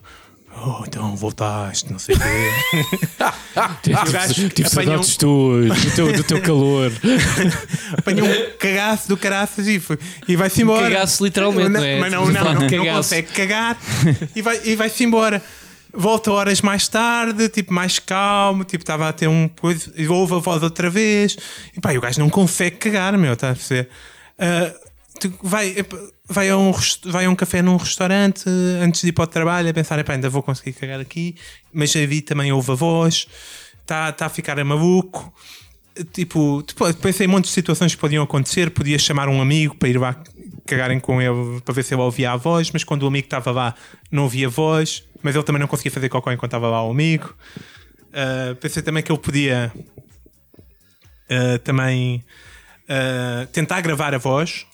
Speaker 4: Oh, então voltaste, não sei o quê. Ah, o gajo
Speaker 6: Tive
Speaker 4: apanhou- um-
Speaker 6: saudades tuas, do teu, do teu calor.
Speaker 4: apanha um cagaço do caraças e, foi- e vai-se embora.
Speaker 5: [LAUGHS] Um Cagaço literalmente, não é?
Speaker 4: Mas não, não, não, não
Speaker 5: Cagaço.
Speaker 4: consegue cagar e, vai, e vai-se embora. Volta horas mais tarde, tipo, mais calmo, tipo, estava a ter um coisa, e ouve a voz outra vez. E pá, e o gajo não consegue cagar, meu, está a perceber? Ah, tu vai, epá, vai, a um, rest- vai a um café num restaurante antes de ir para o trabalho a pensar, epá, ainda vou conseguir cagar aqui, mas ali também ouve a voz, está tá a ficar maluco tipo, depois pensei em montes de situações que podiam acontecer. Podia chamar um amigo para ir lá cagarem com ele para ver se ele ouvia a voz, mas quando o amigo estava lá não ouvia voz, mas ele também não conseguia fazer cocó enquanto estava lá o amigo. Ah, pensei também que ele podia ah, também ah, tentar gravar a voz.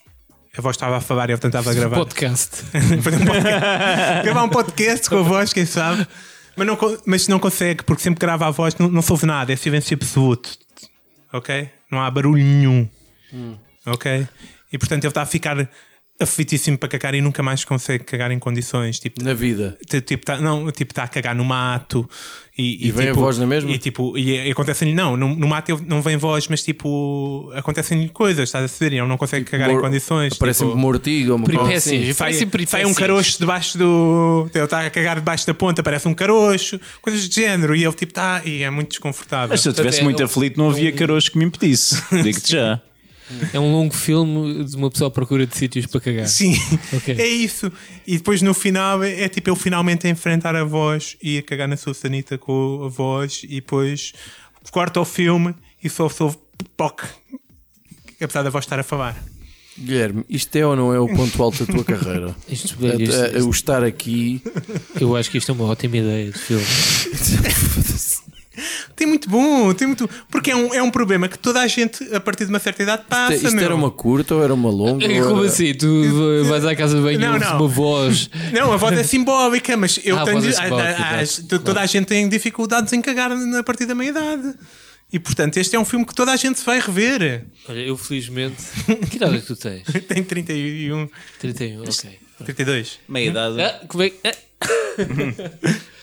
Speaker 4: A voz estava a falar e ele tentava gravar.
Speaker 5: Podcast.
Speaker 4: Fazer um podcast. gravar um podcast com a voz, quem sabe. Mas não, con- mas não consegue, porque sempre que grava a voz não, não se ouve nada, é silêncio absoluto. Ok? Não há barulho nenhum.
Speaker 3: Hum.
Speaker 4: Ok? E portanto ele está a ficar aflitíssimo para cagar e nunca mais consegue cagar em condições. Tipo,
Speaker 3: na vida.
Speaker 4: T- Tipo, tá, não, tipo, tá a cagar no mato e,
Speaker 3: E vem a
Speaker 4: tipo,
Speaker 3: voz é na mesma?
Speaker 4: E tipo, e, e acontecem-lhe, não, no, no mato ele não vem voz, mas tipo, acontecem-lhe coisas, estás a saber? E ele não consegue cagar em
Speaker 3: Tipo, Mor-
Speaker 4: condições.
Speaker 3: Parece
Speaker 4: tipo,
Speaker 3: um mortigo ou uma coisa
Speaker 5: Peripécias.
Speaker 3: assim.
Speaker 4: sai,
Speaker 5: Parecem
Speaker 4: sai um
Speaker 5: peripécias.
Speaker 4: caroço debaixo do. Ele está a cagar debaixo da ponta, parece um caroço, coisas de género, e ele tipo, tá, e é muito desconfortável.
Speaker 2: Mas se eu estivesse
Speaker 5: Até
Speaker 2: muito
Speaker 5: eu-
Speaker 2: aflito, não havia caroço que me [LAUGHS] impedisse. Digo-te já.
Speaker 5: É um longo filme de uma pessoa à procura de sítios para cagar.
Speaker 4: Sim,
Speaker 5: Ok.
Speaker 4: [LAUGHS] é isso. E depois no final é é tipo ele finalmente a enfrentar a voz e a cagar na sua sanita com a voz e depois corta o filme e só se ouve POC. Apesar da voz estar a falar.
Speaker 3: Guilherme, isto é ou não é o ponto alto
Speaker 5: [LAUGHS]
Speaker 3: da tua carreira?
Speaker 5: Isto, é
Speaker 3: A-
Speaker 5: isto-
Speaker 3: a- o estar aqui.
Speaker 5: eu acho que isto é uma ótima ideia de filme.
Speaker 4: Tem muito bom, tem muito. Porque é um, é um problema que toda a gente, a partir de uma certa idade, passa.
Speaker 3: Isto
Speaker 4: Ah, meu.
Speaker 3: era uma curta ou era uma longa? ou
Speaker 5: [LAUGHS] Como
Speaker 3: era-
Speaker 5: assim? Tu vais à casa de banho e
Speaker 4: Não,
Speaker 5: ouves
Speaker 4: não. [LAUGHS]
Speaker 5: uma voz.
Speaker 4: Não, a voz é simbólica, mas eu
Speaker 5: Ah, a
Speaker 4: tenho.
Speaker 5: voz é
Speaker 4: a- a-
Speaker 5: simbólica,
Speaker 4: a-
Speaker 5: exato,
Speaker 4: to- toda a gente tem dificuldades em cagar na- a partir da meia idade. E portanto, este é um filme que toda a gente se vai rever. [LAUGHS]
Speaker 5: Olha, eu felizmente. [LAUGHS] Que idade é que tu tens?
Speaker 4: Tem 31,
Speaker 5: 31, ok.
Speaker 4: 32.
Speaker 2: Meia idade.
Speaker 5: Ah, como é que. Ah. [LAUGHS]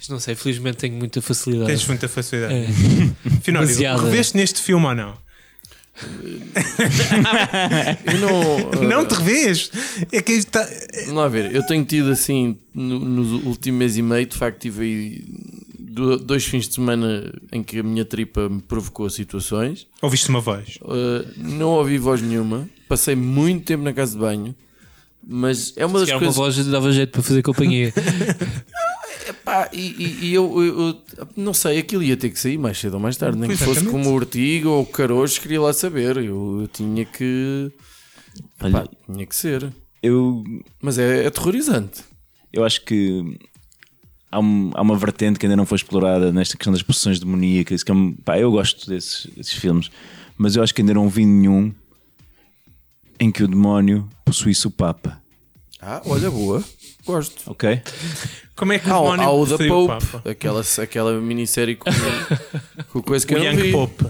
Speaker 5: Isto não sei, felizmente tenho muita facilidade.
Speaker 4: Tens muita facilidade. [LAUGHS]
Speaker 5: É.
Speaker 4: Finório,
Speaker 5: Baseada.
Speaker 4: reveste neste filme ou não?
Speaker 3: Eu [LAUGHS] não, eh,
Speaker 4: Não te revês. É que está.
Speaker 3: Vamos lá ver, eu tenho tido assim, no, no último mês e meio, de facto, tive aí do- dois fins de semana em que a minha tripa me provocou situações.
Speaker 4: Ouviste uma voz.
Speaker 3: Uh, não ouvi voz nenhuma, passei muito tempo na casa de banho, mas é uma
Speaker 5: Se
Speaker 3: das
Speaker 5: calhar uma
Speaker 3: coisas.
Speaker 5: voz dava jeito para
Speaker 2: [LAUGHS]
Speaker 5: fazer companhia.
Speaker 3: Pá, Ah, e e- e eu, eu- eu- não sei, aquilo ia ter que sair mais cedo ou mais tarde, nem que fosse
Speaker 4: Exatamente.
Speaker 3: como o Ortigo ou o Carojo, queria lá saber. Eu, eu tinha que.
Speaker 2: Olha,
Speaker 3: pá, tinha que ser.
Speaker 2: eu,
Speaker 3: Mas é, é aterrorizante.
Speaker 2: eu acho que há, um- há uma vertente que ainda não foi explorada nesta questão das possessões demoníacas. Que é um- pá, eu gosto desses, desses filmes, mas eu acho que ainda não vi nenhum em que o demónio possuísse o Papa.
Speaker 3: Ah, olha, boa. Gosto.
Speaker 2: Ok?
Speaker 4: Como é que
Speaker 3: Há,
Speaker 4: o
Speaker 3: o-
Speaker 4: demónio
Speaker 3: há o The
Speaker 4: saiu,
Speaker 3: Pope,
Speaker 4: Papa?
Speaker 3: aquela, aquela minissérie com,
Speaker 5: [LAUGHS]
Speaker 3: com coisa que
Speaker 4: O
Speaker 3: eu não
Speaker 4: Young
Speaker 3: vi.
Speaker 4: Pope.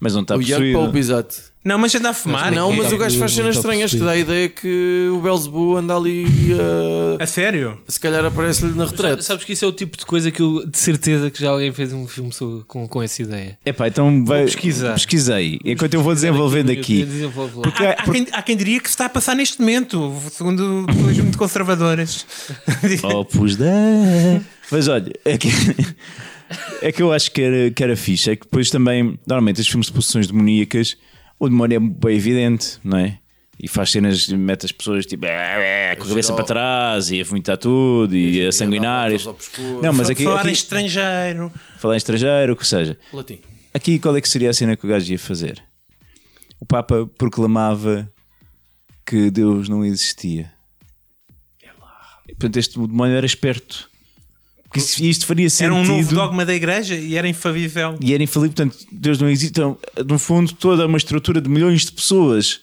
Speaker 2: Mas não está
Speaker 3: O Young
Speaker 2: possuído.
Speaker 3: Pope, exato.
Speaker 4: Não, mas anda a fumar.
Speaker 3: não,
Speaker 4: é.
Speaker 3: mas o gajo faz
Speaker 5: tá Ah, Não
Speaker 3: cenas
Speaker 5: tá
Speaker 3: estranhas que
Speaker 5: possível.
Speaker 3: dá a ideia que o Belzebu anda ali
Speaker 4: A sério?
Speaker 3: a... Se calhar aparece-lhe na retrete.
Speaker 5: Sabes que isso é o tipo de coisa que eu de certeza que já alguém fez um filme sobre- com, com essa ideia.
Speaker 2: Epá, então vai,
Speaker 5: pesquisar.
Speaker 2: pesquisei. Enquanto eu vou desenvolvendo aqui.
Speaker 5: Desenvolve
Speaker 3: É,
Speaker 5: lá.
Speaker 2: Porque,
Speaker 4: Há, há quem, há quem diria que se está a passar neste momento, segundo pessoas muito
Speaker 5: [LAUGHS]
Speaker 4: conservadoras.
Speaker 2: Opus da. Mas olha, é que, é que eu acho que era, que era fixe. É que depois também, normalmente, os filmes de possessões demoníacas, o demónio é bem evidente, não é? E faz cenas, mete as pessoas tipo, "Ah, ah", com a cabeça
Speaker 3: geral.
Speaker 2: para trás e a vomitar tudo e a sanguinar.
Speaker 3: dá voltas ao pescoço.
Speaker 2: Não, mas aqui,
Speaker 4: Falar em
Speaker 2: aqui
Speaker 4: estrangeiro.
Speaker 2: falar em estrangeiro, o que seja.
Speaker 3: Latim.
Speaker 2: Aqui qual é que seria a cena que o gajo ia fazer? O Papa proclamava que Deus não existia. E, Portanto, este demónio era esperto. Que isso- isto faria sentido.
Speaker 4: Era um novo dogma da igreja e era infavível.
Speaker 2: E era infalível, portanto, Deus não existe. Então, no fundo, toda uma estrutura de milhões de pessoas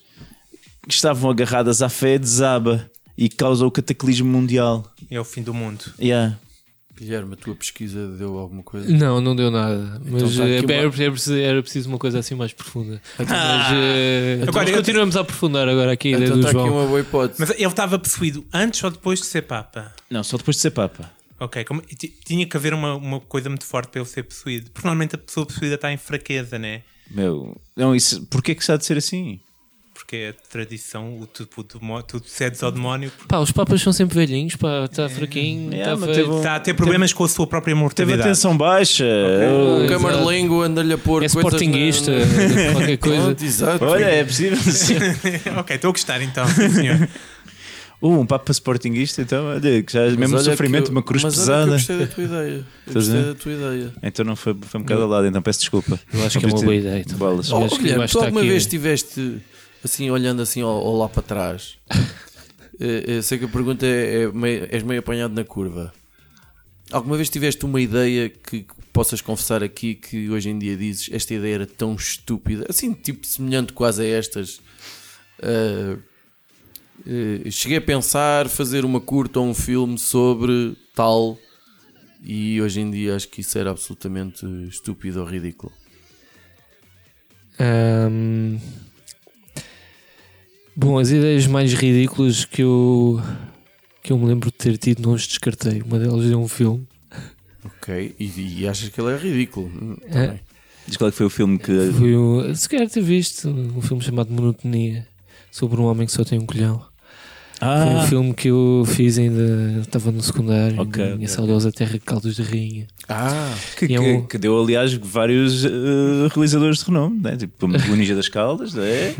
Speaker 2: que estavam agarradas à fé desaba e causa o cataclismo mundial.
Speaker 4: É o fim do mundo.
Speaker 2: Yeah.
Speaker 3: Guilherme, a tua pesquisa deu alguma coisa?
Speaker 5: Não, não deu nada. Mas
Speaker 3: Então está
Speaker 5: eh,
Speaker 3: aqui uma- Ah!
Speaker 5: era, era preciso, era preciso uma coisa assim mais profunda. mas eh, mas
Speaker 4: Agora, eu-
Speaker 5: continuamos a aprofundar agora aqui a ideia
Speaker 3: Então
Speaker 5: do
Speaker 3: está aqui
Speaker 5: João.
Speaker 3: uma boa hipótese.
Speaker 4: Mas ele estava possuído antes ou depois de ser Papa?
Speaker 2: Não, só depois de ser Papa.
Speaker 4: Ok, como- ti- tinha que haver uma, uma coisa muito forte para ele ser possuído. Porque normalmente a pessoa possuída está em fraqueza, né?
Speaker 2: Meu, não, isso, porquê que isso há de ser assim?
Speaker 4: Porque é a tradição, o tudo, o demó- tudo cedes ao demónio.
Speaker 5: Pá, os papas são sempre velhinhos, pá, está fraquinho,
Speaker 3: É,
Speaker 2: Yeah,
Speaker 5: está
Speaker 2: mas
Speaker 5: feio.
Speaker 2: teve-
Speaker 4: Está a ter problemas com a sua própria
Speaker 2: Teve
Speaker 4: mortalidade.
Speaker 2: atenção baixa.
Speaker 3: O
Speaker 5: Exato.
Speaker 3: Camarlengo anda-lhe a pôr
Speaker 5: É
Speaker 3: coisas na-
Speaker 5: sportinguista, [LAUGHS]
Speaker 3: na-
Speaker 5: qualquer coisa.
Speaker 3: Pronto, exato.
Speaker 2: Olha, é possível. sim.
Speaker 4: [LAUGHS] ok, estou a gostar então, sim, senhor.
Speaker 2: [LAUGHS] Uh, um Papa Sportingista, então, olha, que já mesmo
Speaker 3: olha que
Speaker 2: sofrimento,
Speaker 3: eu-
Speaker 2: uma cruz
Speaker 3: mas olha que
Speaker 2: pesada.
Speaker 3: eu gostei da tua ideia. Eu
Speaker 2: Estás a
Speaker 3: gostei
Speaker 2: ver?
Speaker 3: da tua ideia.
Speaker 2: Então não foi, foi um bocado ao lado, então peço desculpa.
Speaker 5: Eu acho que é uma boa ideia. também.
Speaker 2: Bolas.
Speaker 5: Eu
Speaker 3: Oh,
Speaker 5: acho que
Speaker 3: Guilherme,
Speaker 5: vais
Speaker 3: tu
Speaker 5: estar
Speaker 3: alguma
Speaker 5: aqui-
Speaker 3: vez estiveste assim, olhando assim ao, ao lá para
Speaker 5: [LAUGHS]
Speaker 3: trás? Eh, eh, sei que a pergunta é, é meio- és meio apanhado na curva. Alguma vez tiveste uma ideia que possas confessar aqui que hoje em dia dizes esta ideia era tão estúpida, assim, tipo semelhante quase a estas? eh, eh, cheguei a pensar fazer uma curta ou um filme sobre tal e hoje em dia acho que isso era absolutamente estúpido ou ridículo.
Speaker 5: Ahm, Bom, as ideias mais ridículas que eu, que eu me lembro de ter tido, não as descartei. Uma delas é um filme.
Speaker 3: Ok, e, e achas que ele é ridículo? Hum, tá
Speaker 5: É.
Speaker 3: bem.
Speaker 2: Diz qual é que foi o filme que.
Speaker 5: Foi um, se calhar ter visto um filme chamado Monotonia, sobre um homem que só tem um colhão. Foi um
Speaker 2: Ah,
Speaker 5: filme que eu fiz ainda, estava no secundário,
Speaker 2: Ok,
Speaker 5: na minha
Speaker 2: ok.
Speaker 5: saudosa terra de Caldos de Rainha.
Speaker 3: Ah,
Speaker 2: que,
Speaker 5: e é
Speaker 2: que-
Speaker 5: um-
Speaker 2: que deu, aliás, vários eh, realizadores de renome, né? tipo o Ninja das Caldas, né?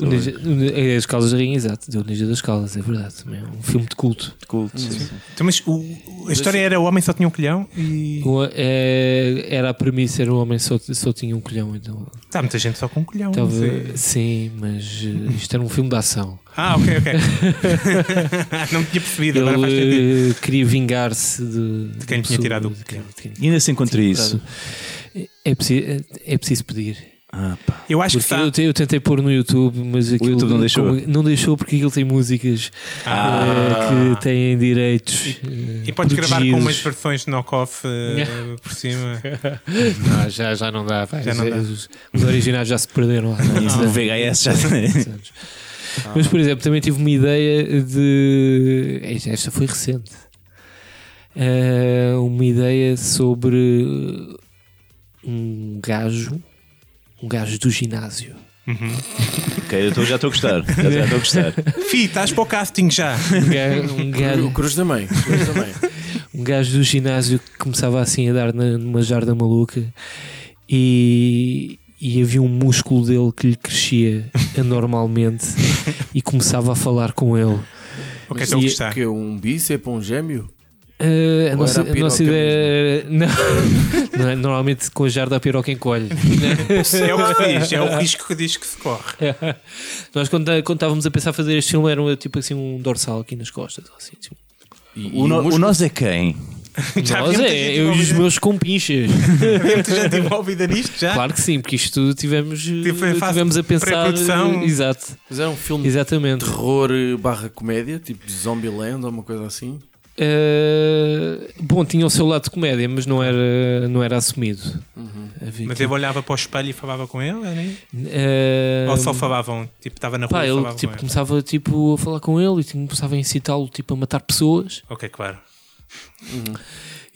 Speaker 5: O Ninja- o Ni- As Caldas de Rainha, exato, deu o Ninja das Caldas, é verdade. Também é um filme de culto.
Speaker 2: de culto. sim, sim.
Speaker 4: Então, mas o- o- a história era o homem só tinha um colhão e.
Speaker 5: O- é- era a premissa, era um homem só, só tinha um colhão, então.
Speaker 4: Está muita gente só com um colhão.
Speaker 5: Tava-
Speaker 4: não sei.
Speaker 5: sim, mas eh, isto era um filme de ação.
Speaker 4: Ah, ok,
Speaker 5: [LAUGHS]
Speaker 4: ok. não tinha percebido, agora faz sentido.
Speaker 5: Ele eh, queria vingar-se de,
Speaker 4: De quem
Speaker 5: da
Speaker 4: tinha
Speaker 5: pessoa-
Speaker 4: tirado o
Speaker 5: de quem- de quem-
Speaker 2: E ainda se encontra isso.
Speaker 5: É, preciso, é preciso pedir.
Speaker 2: Ah, pá.
Speaker 4: Eu acho que tá. está.
Speaker 5: Porque eu, te- eu tentei pôr no YouTube, mas aquilo
Speaker 2: YouTube não deixou.
Speaker 5: como- não deixou porque aquilo tem músicas eh,
Speaker 4: Ah.
Speaker 5: que têm direitos.
Speaker 4: E podes gravar com umas
Speaker 5: umas
Speaker 4: versões de knock-off
Speaker 5: [LAUGHS]
Speaker 4: eh, por cima.
Speaker 5: Não, já, já não dá. vai.
Speaker 4: Já não dá.
Speaker 5: Os, os originais já se
Speaker 4: [LAUGHS]
Speaker 5: perderam. Lá,
Speaker 2: Isso do VHS já. é?
Speaker 4: Ah.
Speaker 5: anos. Mas, por exemplo, também tive uma ideia de. Esta foi recente. Eh, uma ideia sobre um gajo, um gajo do ginásio.
Speaker 2: ok, eu estou- já estou a gostar. Já já estou a gostar.
Speaker 4: Fi, estás para o casting já.
Speaker 5: Um ga-
Speaker 4: [LAUGHS]
Speaker 5: um gajo,
Speaker 3: o Cruz também. o Cruz também.
Speaker 5: um gajo do ginásio que começava assim a dar na- numa jarda maluca e, e havia um músculo dele que
Speaker 4: [LAUGHS]
Speaker 5: lhe crescia anormalmente e começava a falar com ele.
Speaker 4: Ok, estou a
Speaker 5: E-
Speaker 4: gostar.
Speaker 3: Que é um bíceps, um gêmeo?
Speaker 5: Ah, a nossa,
Speaker 3: era a
Speaker 5: a nossa
Speaker 3: piroca
Speaker 5: ideia era- [LAUGHS] não, não é? normalmente com a jarda a piroca encolhe.
Speaker 4: É o que diz, é o risco que diz que se corre.
Speaker 5: Nós quando, quando estávamos a pensar fazer este filme era um, tipo assim um dorsal aqui nas costas. ou Assim, tipo,
Speaker 3: E,
Speaker 2: O,
Speaker 3: e
Speaker 2: no-
Speaker 3: um
Speaker 2: o
Speaker 3: músculo.
Speaker 2: nós é quem?
Speaker 4: Já
Speaker 5: nós
Speaker 4: havia muita
Speaker 5: é,
Speaker 4: gente
Speaker 5: eu e os
Speaker 4: envolvida-
Speaker 5: meus compinches.
Speaker 4: havia muita gente envolvida nisto já.
Speaker 5: Claro que sim, porque isto tudo tivemos, eh,
Speaker 4: Tipo, em fase
Speaker 5: tivemos a
Speaker 4: de
Speaker 5: pensar. eh,
Speaker 4: pré-produção.
Speaker 5: Exato,
Speaker 3: Mas era um filme de
Speaker 5: exatamente.
Speaker 3: terror eh, barra comédia, tipo Zombieland ou uma coisa assim.
Speaker 5: Eh, bom, tinha o seu lado de comédia, mas não era, não era assumido. Havia
Speaker 4: Mas tipo,
Speaker 5: aqui-
Speaker 4: ele olhava para o espelho e falava com ele, né?
Speaker 5: Eh,
Speaker 4: Ou só falavam, tipo, estava na rua
Speaker 5: Pá,
Speaker 4: e
Speaker 5: ele
Speaker 4: falava
Speaker 5: tipo,
Speaker 4: com ele.
Speaker 5: começava tipo, a falar com ele e tipo, começava a incitá-lo tipo, a matar pessoas.
Speaker 4: Ok, claro.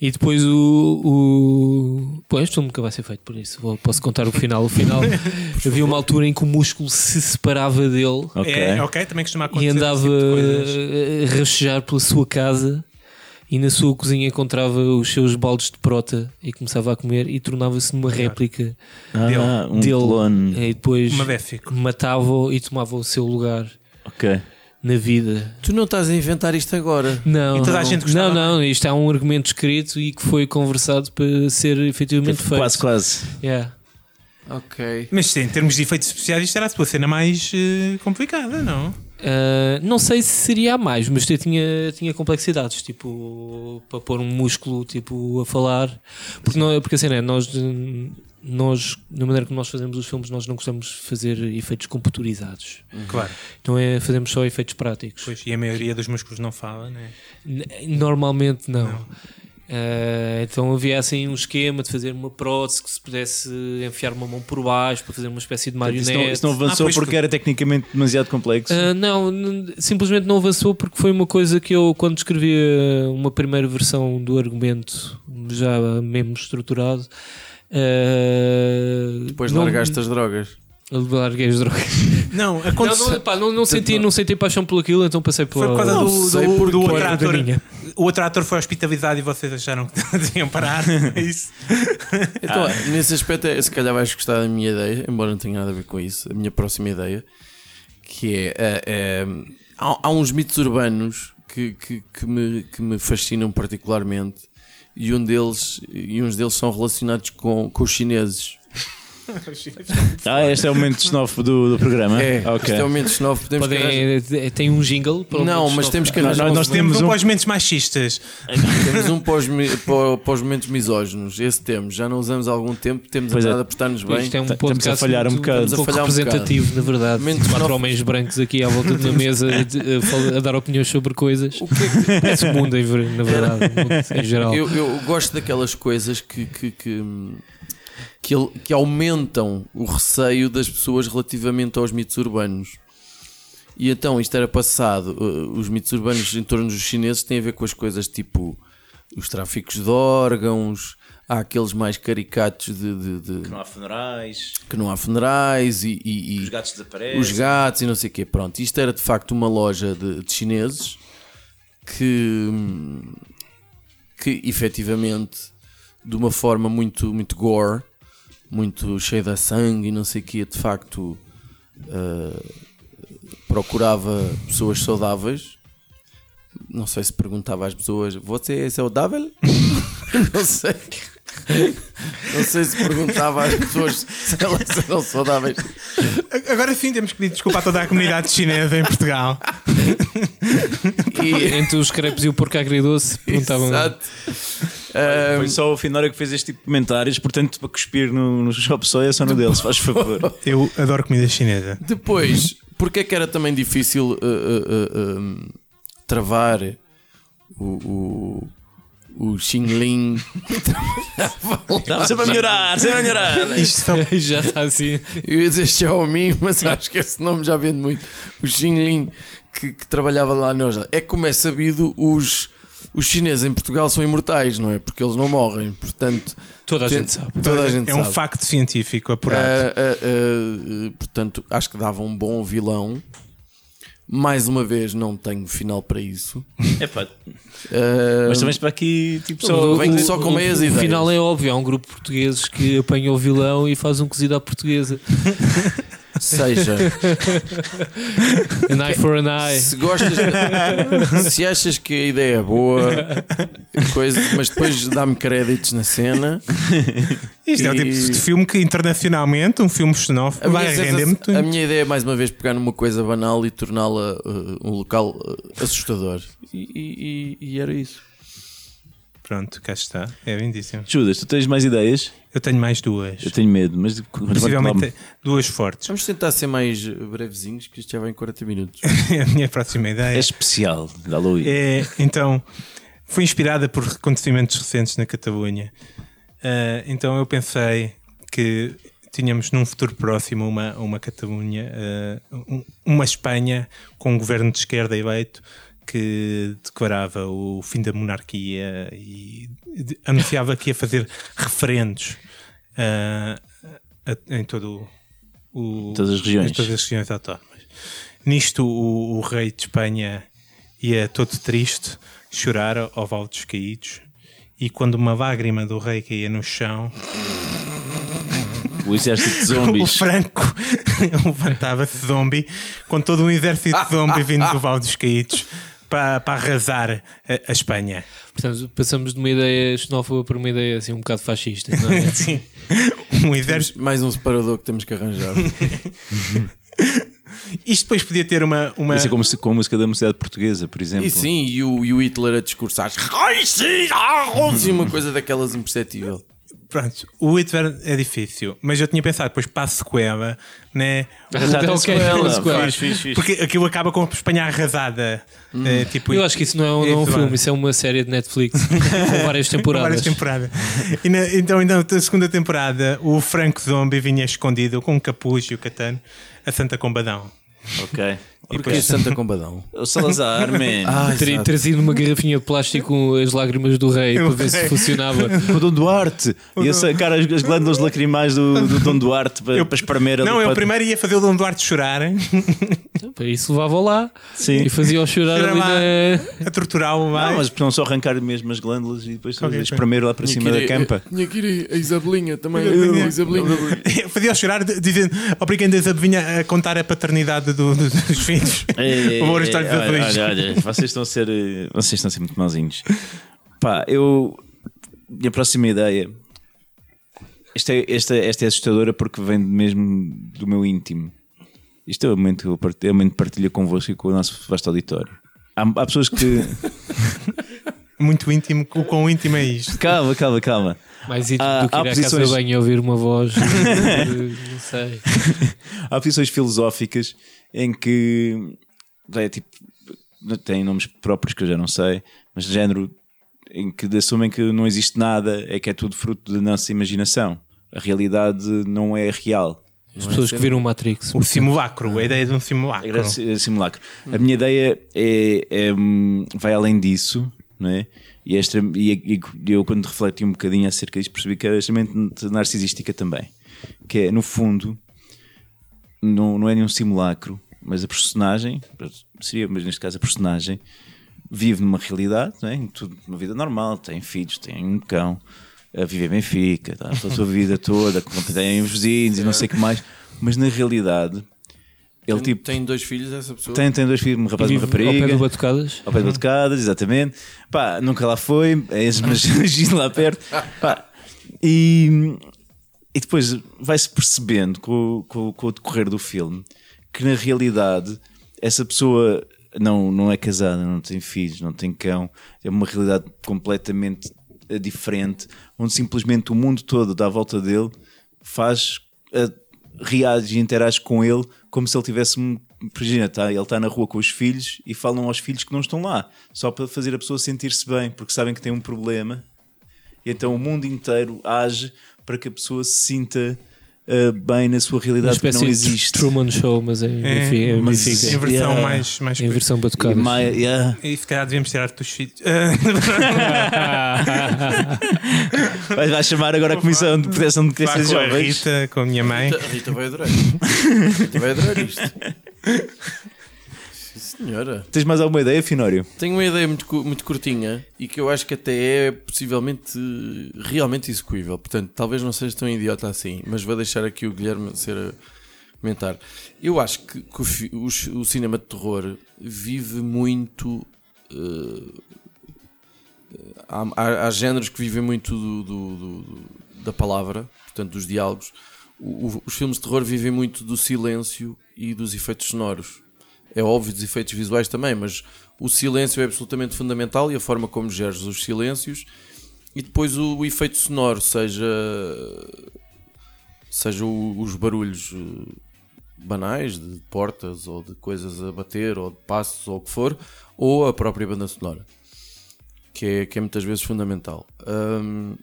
Speaker 5: E depois o. o... Pô, este filme nunca vai ser feito por isso. Vou- Posso contar o final.
Speaker 4: [LAUGHS]
Speaker 5: O final havia uma altura em que o músculo se separava dele
Speaker 2: Ok.
Speaker 4: É, ok, também costuma acontecer.
Speaker 5: e
Speaker 4: esse
Speaker 5: andava
Speaker 4: tipo de coisas.
Speaker 5: a rastejar pela sua casa e na sua cozinha encontrava os seus baldes de prota e começava a comer e tornava-se numa réplica
Speaker 2: Ah, um
Speaker 5: dele. É.
Speaker 2: clone.
Speaker 5: E depois
Speaker 4: Maléfico.
Speaker 5: matava-o e tomava o seu lugar
Speaker 2: Ok.
Speaker 5: na vida.
Speaker 3: Tu não estás a inventar isto agora.
Speaker 5: Não,
Speaker 4: E toda a
Speaker 5: não.
Speaker 4: gente gostava
Speaker 5: não, não, isto é um argumento escrito e que foi conversado para ser efetivamente
Speaker 4: Tipo,
Speaker 5: feito.
Speaker 2: Tipo, Quase, quase.
Speaker 5: Yeah.
Speaker 3: Ok.
Speaker 4: Mas sim, em termos de efeitos especiais, isto era a sua cena mais eh, complicada, não?
Speaker 5: Eh, Ah, não sei se seria a mais, mas eu tinha, tinha complexidades, tipo, para pôr um músculo, tipo, a falar. Porque, não, porque assim, né, nós, hum, nós, na maneira como nós fazemos os filmes, nós não gostamos de fazer efeitos computurizados.
Speaker 4: Claro.
Speaker 5: Então é, fazemos só efeitos práticos.
Speaker 4: Pois, e a maioria dos músculos não fala, né?
Speaker 5: N- Normalmente não. Ah, então havia assim um esquema de fazer uma prótese que se pudesse enfiar uma mão por baixo para fazer uma espécie de
Speaker 2: Portanto, Isso
Speaker 5: marionete.
Speaker 2: não, isso não avançou
Speaker 4: Ah, pois,
Speaker 2: porque era tecnicamente demasiado complexo.
Speaker 5: Ah, não, n- simplesmente não avançou porque foi uma coisa que eu, quando escrevi ah, uma primeira versão do argumento, já mesmo estruturado, ah,
Speaker 3: Depois
Speaker 5: não-
Speaker 3: largaste as drogas.
Speaker 5: Larguei as drogas.
Speaker 4: Não,
Speaker 5: Não,
Speaker 4: aconteceu.
Speaker 5: não, pá, não- não senti, não senti paixão por aquilo, então passei pela.
Speaker 4: Foi por causa
Speaker 3: é Não
Speaker 4: do,
Speaker 3: sei
Speaker 4: do,
Speaker 3: porque é
Speaker 4: do outro
Speaker 3: era
Speaker 4: ator.
Speaker 5: minha.
Speaker 4: O outro ator foi hospitalizado e vocês acharam que deviam parar.
Speaker 3: [LAUGHS]
Speaker 4: É isso.
Speaker 3: Então, nesse aspecto, é- se calhar vais gostar da minha ideia, embora não tenha nada a ver com isso, a minha próxima ideia, que é. eh, eh, há, há uns mitos urbanos que, que, que me, que me fascinam particularmente e, um deles, e uns deles são relacionados com, com os chineses.
Speaker 2: Ah, este é o momento snob do, do programa.
Speaker 3: É,
Speaker 2: Ok.
Speaker 3: isto é um momento xenófobo, podemos
Speaker 5: Podem-
Speaker 3: que
Speaker 5: eh, tem um jingle? para o
Speaker 3: Não,
Speaker 5: Microsoft.
Speaker 3: mas temos que
Speaker 2: Nós-
Speaker 3: arranjar
Speaker 2: nós
Speaker 3: um-
Speaker 4: Temos
Speaker 2: Temos
Speaker 4: um
Speaker 2: um-
Speaker 4: para os mentes machistas.
Speaker 3: Temos um para os, mi- para- para os momentos misóginos. Esse temos, já não usamos há algum tempo, temos
Speaker 2: Pois é.
Speaker 3: andado a portar-nos bem.
Speaker 5: Isto é um
Speaker 2: T- estamos
Speaker 5: podcast
Speaker 2: a falhar um
Speaker 5: muito-
Speaker 2: bocado.
Speaker 3: Estamos
Speaker 5: pouco
Speaker 3: a falhar um
Speaker 5: representativo, na verdade.
Speaker 3: Menos
Speaker 5: Quatro
Speaker 3: xenófobo.
Speaker 5: homens brancos aqui à volta de uma mesa de- a, fal- a dar opiniões sobre coisas. O Parece o mundo, em ver- na verdade, em geral.
Speaker 3: Eu, eu gosto daquelas coisas que, que, que, que, ele- que aumentam o receio das pessoas relativamente aos mitos urbanos. E então isto era passado. eh, Os mitos urbanos em torno dos chineses têm a ver com as coisas tipo os tráficos de órgãos, há aqueles mais caricatos de, de- de-
Speaker 2: Não há funerais,
Speaker 3: que não há funerais e, e- e-
Speaker 2: os gatos desaparecem.
Speaker 3: os gatos e não sei o quê. Pronto, isto era de facto uma loja de, de chineses que, que efetivamente, de uma forma muito, muito gore, muito cheia de sangue e não sei o quê, de facto eh, procurava pessoas saudáveis. Não sei se perguntava às pessoas: Você é saudável? [LAUGHS] não sei. Não sei se perguntava às pessoas se elas eram saudáveis.
Speaker 4: A- Agora sim temos que pedir desculpa a toda a comunidade chinesa em Portugal.
Speaker 3: E-
Speaker 5: Entre os crepes e o porco agridoce, perguntavam.
Speaker 3: Exato. Ah,
Speaker 2: Foi só o Finório que fez este tipo de comentários, portanto, para cuspir no, no Shop Soy é só no deles, faz favor.
Speaker 4: Eu adoro comida chinesa.
Speaker 3: depois, porque é que era também difícil ah, ah, ah, ah, travar o, o, o
Speaker 5: [LAUGHS]
Speaker 3: Xingling?
Speaker 2: Dá sempre a melhorar, sempre a melhorar.
Speaker 4: Isto só
Speaker 5: [LAUGHS] Já está assim.
Speaker 3: Eu ia dizer Xiaomi, mas acho que esse nome já vende muito. O Xingling que, que trabalhava lá na loja. É que, como é sabido, os, os chineses em Portugal são imortais, não é? Porque eles não morrem. Portanto,
Speaker 5: Toda a
Speaker 3: Sim.
Speaker 5: gente sabe.
Speaker 3: toda a gente
Speaker 4: é um
Speaker 3: sabe.
Speaker 4: facto científico apurado.
Speaker 3: Ah, ah, ah, portanto, acho que dava um bom vilão. Mais uma vez, não tenho final para isso.
Speaker 2: Epá,
Speaker 3: Ah,
Speaker 2: É mas também para aqui, tipo, só.
Speaker 5: O-
Speaker 3: venho
Speaker 5: o-
Speaker 3: só com
Speaker 5: o-
Speaker 3: meias
Speaker 5: O
Speaker 3: ideias.
Speaker 5: final é óbvio. Há um grupo de portugueses que apanha o vilão e faz um cozido à portuguesa.
Speaker 3: seja,
Speaker 5: An eye for an eye.
Speaker 3: se gostas, de- se achas que a ideia é boa, coisa, mas depois dá-me créditos na cena.
Speaker 4: Isto é o tipo
Speaker 3: e-
Speaker 4: de filme que internacionalmente, um filme xenófobo, vai
Speaker 3: sensação-
Speaker 4: render muito.
Speaker 3: a minha ideia é mais uma vez pegar numa coisa banal e torná-la ah, um local ah, assustador. E, e- e- e era isso.
Speaker 4: Pronto, cá está. É lindíssimo.
Speaker 2: Judas, tu tens mais ideias?
Speaker 4: Eu tenho mais duas.
Speaker 2: Eu tenho medo, mas.
Speaker 4: Possivelmente duas fortes. [LAUGHS]
Speaker 3: Vamos tentar ser mais brevezinhos, que isto já vai em 40 minutos.
Speaker 4: A minha próxima
Speaker 2: É
Speaker 4: ideia
Speaker 2: especial, da Louis.
Speaker 4: É, então, foi inspirada por acontecimentos recentes na Catalunha. Ah, então eu pensei que tínhamos num futuro próximo uma, uma Catalunha, ah, um- uma Espanha com um governo de esquerda eleito que declarava o fim da monarquia e de- anunciava que ia fazer referendos ah, a- em todo o,
Speaker 2: Todas as regiões.
Speaker 4: em todas as regiões autónomas. Nisto, o, o rei de Espanha ia todo triste chorar ao val dos caídos. E quando uma lágrima do rei caía no chão,
Speaker 2: O exército de
Speaker 4: [LAUGHS] o
Speaker 2: [LAUGHS] zombies.
Speaker 4: Franco levantava-se zombie com todo um exército de zombie vindo do Val dos Caídos para, para arrasar a, a Espanha. [LAUGHS]
Speaker 5: Portanto, passamos de uma ideia xenófoba para uma ideia assim um bocado fascista. Não é?
Speaker 4: Sim. Um exército.
Speaker 3: Mais um separador que temos que arranjar.
Speaker 4: Isto depois podia ter uma. uma...
Speaker 2: Isso é como se com a música da Mocidade Portuguesa, por exemplo.
Speaker 3: E sim, e o, e o Hitler a discursar. Ai, sim, ah, onze", e uma coisa daquelas imperceptível.
Speaker 4: Pronto, o Hitler é difícil, mas eu tinha pensado, depois para a sequela, né?
Speaker 5: [LAUGHS] Arrasada
Speaker 4: O-
Speaker 5: sequela,
Speaker 4: sequela,
Speaker 5: sequela.
Speaker 4: fixe, Porque aquilo acaba com a Espanha arrasada.
Speaker 2: Hum.
Speaker 4: eh, tipo,
Speaker 5: Eu acho que isso não é um, não é um
Speaker 4: Isso,
Speaker 5: filme,
Speaker 4: vá.
Speaker 5: isso é uma série de Netflix com várias
Speaker 2: é
Speaker 4: Com
Speaker 5: temporadas.
Speaker 4: várias temporadas. E na- então, então, na segunda temporada, o Franco Zombie vinha escondido com um capuz e o Catano a Santa Combadão.
Speaker 2: Ok.
Speaker 3: Porque
Speaker 2: [LAUGHS]
Speaker 3: Santa Combadão.
Speaker 2: O Salazar, man.
Speaker 3: Ah,
Speaker 5: Teria trazido uma garrafinha de plástico com as lágrimas do rei para ver se funcionava.
Speaker 2: [LAUGHS] O Dom Duarte. Ia sacar as, as glândulas lacrimais do, do Dom Duarte para, para espremer ali.
Speaker 4: Não, eu
Speaker 2: para...
Speaker 4: primeiro ia fazer o Dom Duarte chorar, [LAUGHS]
Speaker 5: Para isso levava lá
Speaker 2: Sim.
Speaker 5: e fazia-o chorar
Speaker 4: Era
Speaker 5: ali
Speaker 4: lá.
Speaker 5: na...
Speaker 4: a torturá-lo lá.
Speaker 2: Não, mas não só arrancar mesmo as glândulas e depois
Speaker 4: Ok,
Speaker 2: espremer lá para cima da campa.
Speaker 3: Tinha que ir eh, a Isabelinha também.
Speaker 4: Isabelinha.
Speaker 3: a Isabelinha.
Speaker 4: [LAUGHS] Fazia-o chorar de- dizendo, obrigando a Zabinha a contar a paternidade do- do- dos filhos.
Speaker 2: É,
Speaker 4: [LAUGHS] O Moro
Speaker 2: é,
Speaker 4: está
Speaker 2: olha,
Speaker 4: desaparecido.
Speaker 2: olha, olha, vocês estão a ser eh, vocês estão a ser muito mauzinhos pá, eu minha próxima ideia esta é, esta, esta é assustadora porque vem mesmo do meu íntimo isto é o momento que eu partilho, é o momento de partilha convosco e com o nosso vasto auditório há, há pessoas [LAUGHS] que
Speaker 4: Muito íntimo, o quão íntimo é isto?
Speaker 2: calma, calma, calma
Speaker 5: Mais íntimo
Speaker 2: Há-
Speaker 5: do que
Speaker 2: Ah,
Speaker 5: ir
Speaker 2: há
Speaker 5: à
Speaker 2: posições-
Speaker 5: casa bem e ouvir uma voz. de- de- não sei.
Speaker 2: há posições filosóficas em que é, tipo, têm nomes próprios que eu já não sei, mas de género em que assumem que não existe nada, é que é tudo fruto da nossa imaginação. A realidade não é um real.
Speaker 5: As pessoas que viram Matrix.
Speaker 4: O simulacro, a ideia de um simulacro.
Speaker 2: É gra- é simulacro. A minha ideia é, é, hum, vai além disso, não é? E, é extrem- e- e eu, quando refleti um bocadinho acerca disso, percebi que era extremamente narcisística também. Que é, no fundo, não, não é nenhum simulacro, mas a personagem, seria, mas neste caso a personagem, vive numa realidade, não é? Tudo, uma vida normal, tem filhos, tem um cão, eh, vive em Benfica, tá? a sua vida toda, com- tem os vizinhos e não sei o que mais, mas na realidade. Ele tipo,
Speaker 3: Tem dois filhos essa pessoa.
Speaker 2: tem, tem dois filhos, um rapaz e
Speaker 5: Vive
Speaker 2: uma
Speaker 5: ao pé
Speaker 2: rapariga.
Speaker 5: do Batucadas.
Speaker 2: Ao pé de Batucadas, exatamente. Pá, nunca lá foi, é esse, mas [LAUGHS] giro lá perto. Pá, e, e depois vai-se percebendo com, o- com, o- com o decorrer do filme que na realidade essa pessoa não, não é casada, não tem filhos, não tem cão, é uma realidade completamente eh, diferente, onde simplesmente o mundo todo da volta dele faz eh, reage e interage com ele como se ele tivesse um- imagina, tá, ele está na rua com os filhos e falam aos filhos que não estão lá, só para fazer a pessoa sentir-se bem, porque sabem que tem um problema e então o mundo inteiro age para que a pessoa se sinta uh, bem na sua
Speaker 5: Uma
Speaker 2: realidade que
Speaker 5: espécie
Speaker 2: não
Speaker 5: de
Speaker 2: existe.
Speaker 5: Truman Show, mas em
Speaker 4: É,
Speaker 5: enfim, é
Speaker 2: mas-
Speaker 4: Em
Speaker 5: Benfica.
Speaker 4: versão
Speaker 2: Yeah.
Speaker 4: mais. mais
Speaker 5: Em versão
Speaker 2: E
Speaker 5: Batucadas.
Speaker 2: ma- yeah.
Speaker 4: E se calhar devíamos tirar-te dos
Speaker 5: [LAUGHS]
Speaker 4: filhos. Ah,
Speaker 2: Vai, vai chamar agora a Comissão de Proteção de
Speaker 4: Vá
Speaker 2: Crianças
Speaker 4: com a
Speaker 2: Jovens.
Speaker 4: Rita, com a minha mãe.
Speaker 3: A Rita vai adorar. A
Speaker 2: [LAUGHS]
Speaker 3: Rita vai adorar isto. Sim, Senhora,
Speaker 2: Tens mais alguma ideia, Finório?
Speaker 3: tenho uma ideia muito, cu- muito curtinha e que eu acho que até é possivelmente eh, realmente execuível. Portanto, talvez não seja tão idiota assim, mas vou deixar aqui o Guilherme ser a comentar. Eu acho que, que o, fi- o ci- o cinema de terror vive muito. eh, há, há- há géneros que vivem muito do- do- do- do- da palavra, portanto, dos diálogos. O- o- os filmes de terror vivem muito do silêncio e dos efeitos sonoros. É óbvio dos efeitos visuais também, mas o silêncio é absolutamente fundamental e a forma como geres os silêncios. E depois o, o efeito sonoro, seja, seja o- os barulhos eh, banais de portas ou de coisas a bater ou de passos ou o que for, ou a própria banda sonora que é, que é muitas vezes fundamental. Hum,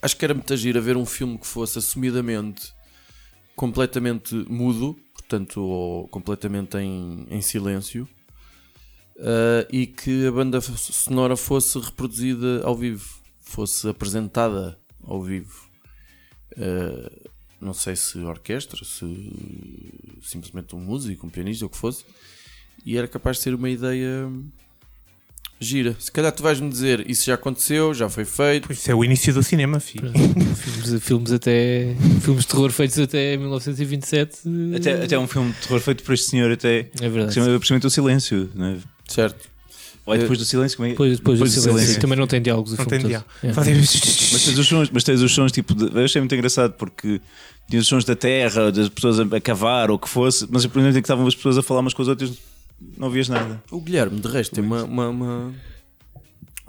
Speaker 3: acho que era muito agir a ver um filme que fosse assumidamente completamente mudo, portanto, ou completamente em, em silêncio, ah, e que a banda f- sonora fosse reproduzida ao vivo, fosse apresentada ao vivo. Ah, não sei se orquestra, se simplesmente um músico, um pianista, ou o que fosse, e era capaz de ser uma ideia gira. Se calhar tu vais-me dizer isso já aconteceu, já foi feito.
Speaker 4: Pois isso é o início do cinema, filho.
Speaker 5: Filmes, filmes até. Filmes de terror feitos até 1927. eh,
Speaker 2: Até, até um filme de terror feito por este senhor, até.
Speaker 5: É
Speaker 2: que se
Speaker 5: verdade.
Speaker 2: chama precisamente O Silêncio, não é?
Speaker 3: Certo.
Speaker 2: Ou é depois do silêncio? Como é?
Speaker 5: Depois, depois, do silêncio.
Speaker 2: silêncio.
Speaker 5: Também não tem diálogos o
Speaker 4: Não
Speaker 5: filme
Speaker 4: tem
Speaker 5: todo.
Speaker 4: diálogo.
Speaker 5: É.
Speaker 4: Fazem-
Speaker 2: Mas tens os sons, mas tens os sons tipo. De, eu achei muito engraçado porque tinha os sons da terra, das pessoas a, a cavar ou o que fosse, mas a primeira vez em que estavam as pessoas a falar umas com as outras não ouvias nada.
Speaker 3: O Guilherme, de resto, tem uma, uma, uma,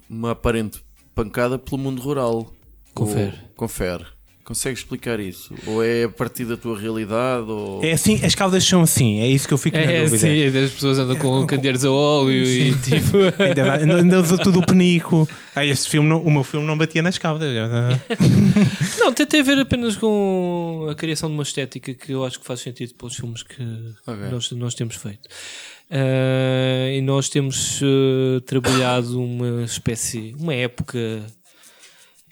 Speaker 3: uma aparente pancada pelo mundo rural.
Speaker 5: Confere.
Speaker 3: Ou- confere. Consegue explicar isso? Ou é a partir da tua realidade? Ou...
Speaker 4: É assim, as caldas são assim, é isso que eu fico na
Speaker 5: É,
Speaker 4: dúvida.
Speaker 5: sim, as pessoas andam [LAUGHS] com candeeiros a óleo e tipo.
Speaker 4: Ainda, vai- ainda- ainda usa tudo o penico. Ah, esse filme não- o meu filme não batia nas ah, caldas.
Speaker 5: Não, tem, tem a ver apenas com a criação de uma estética que eu acho que faz sentido para os filmes que
Speaker 3: Ok.
Speaker 5: nós, nós temos feito. Ah, e nós temos ah, trabalhado uma espécie, uma época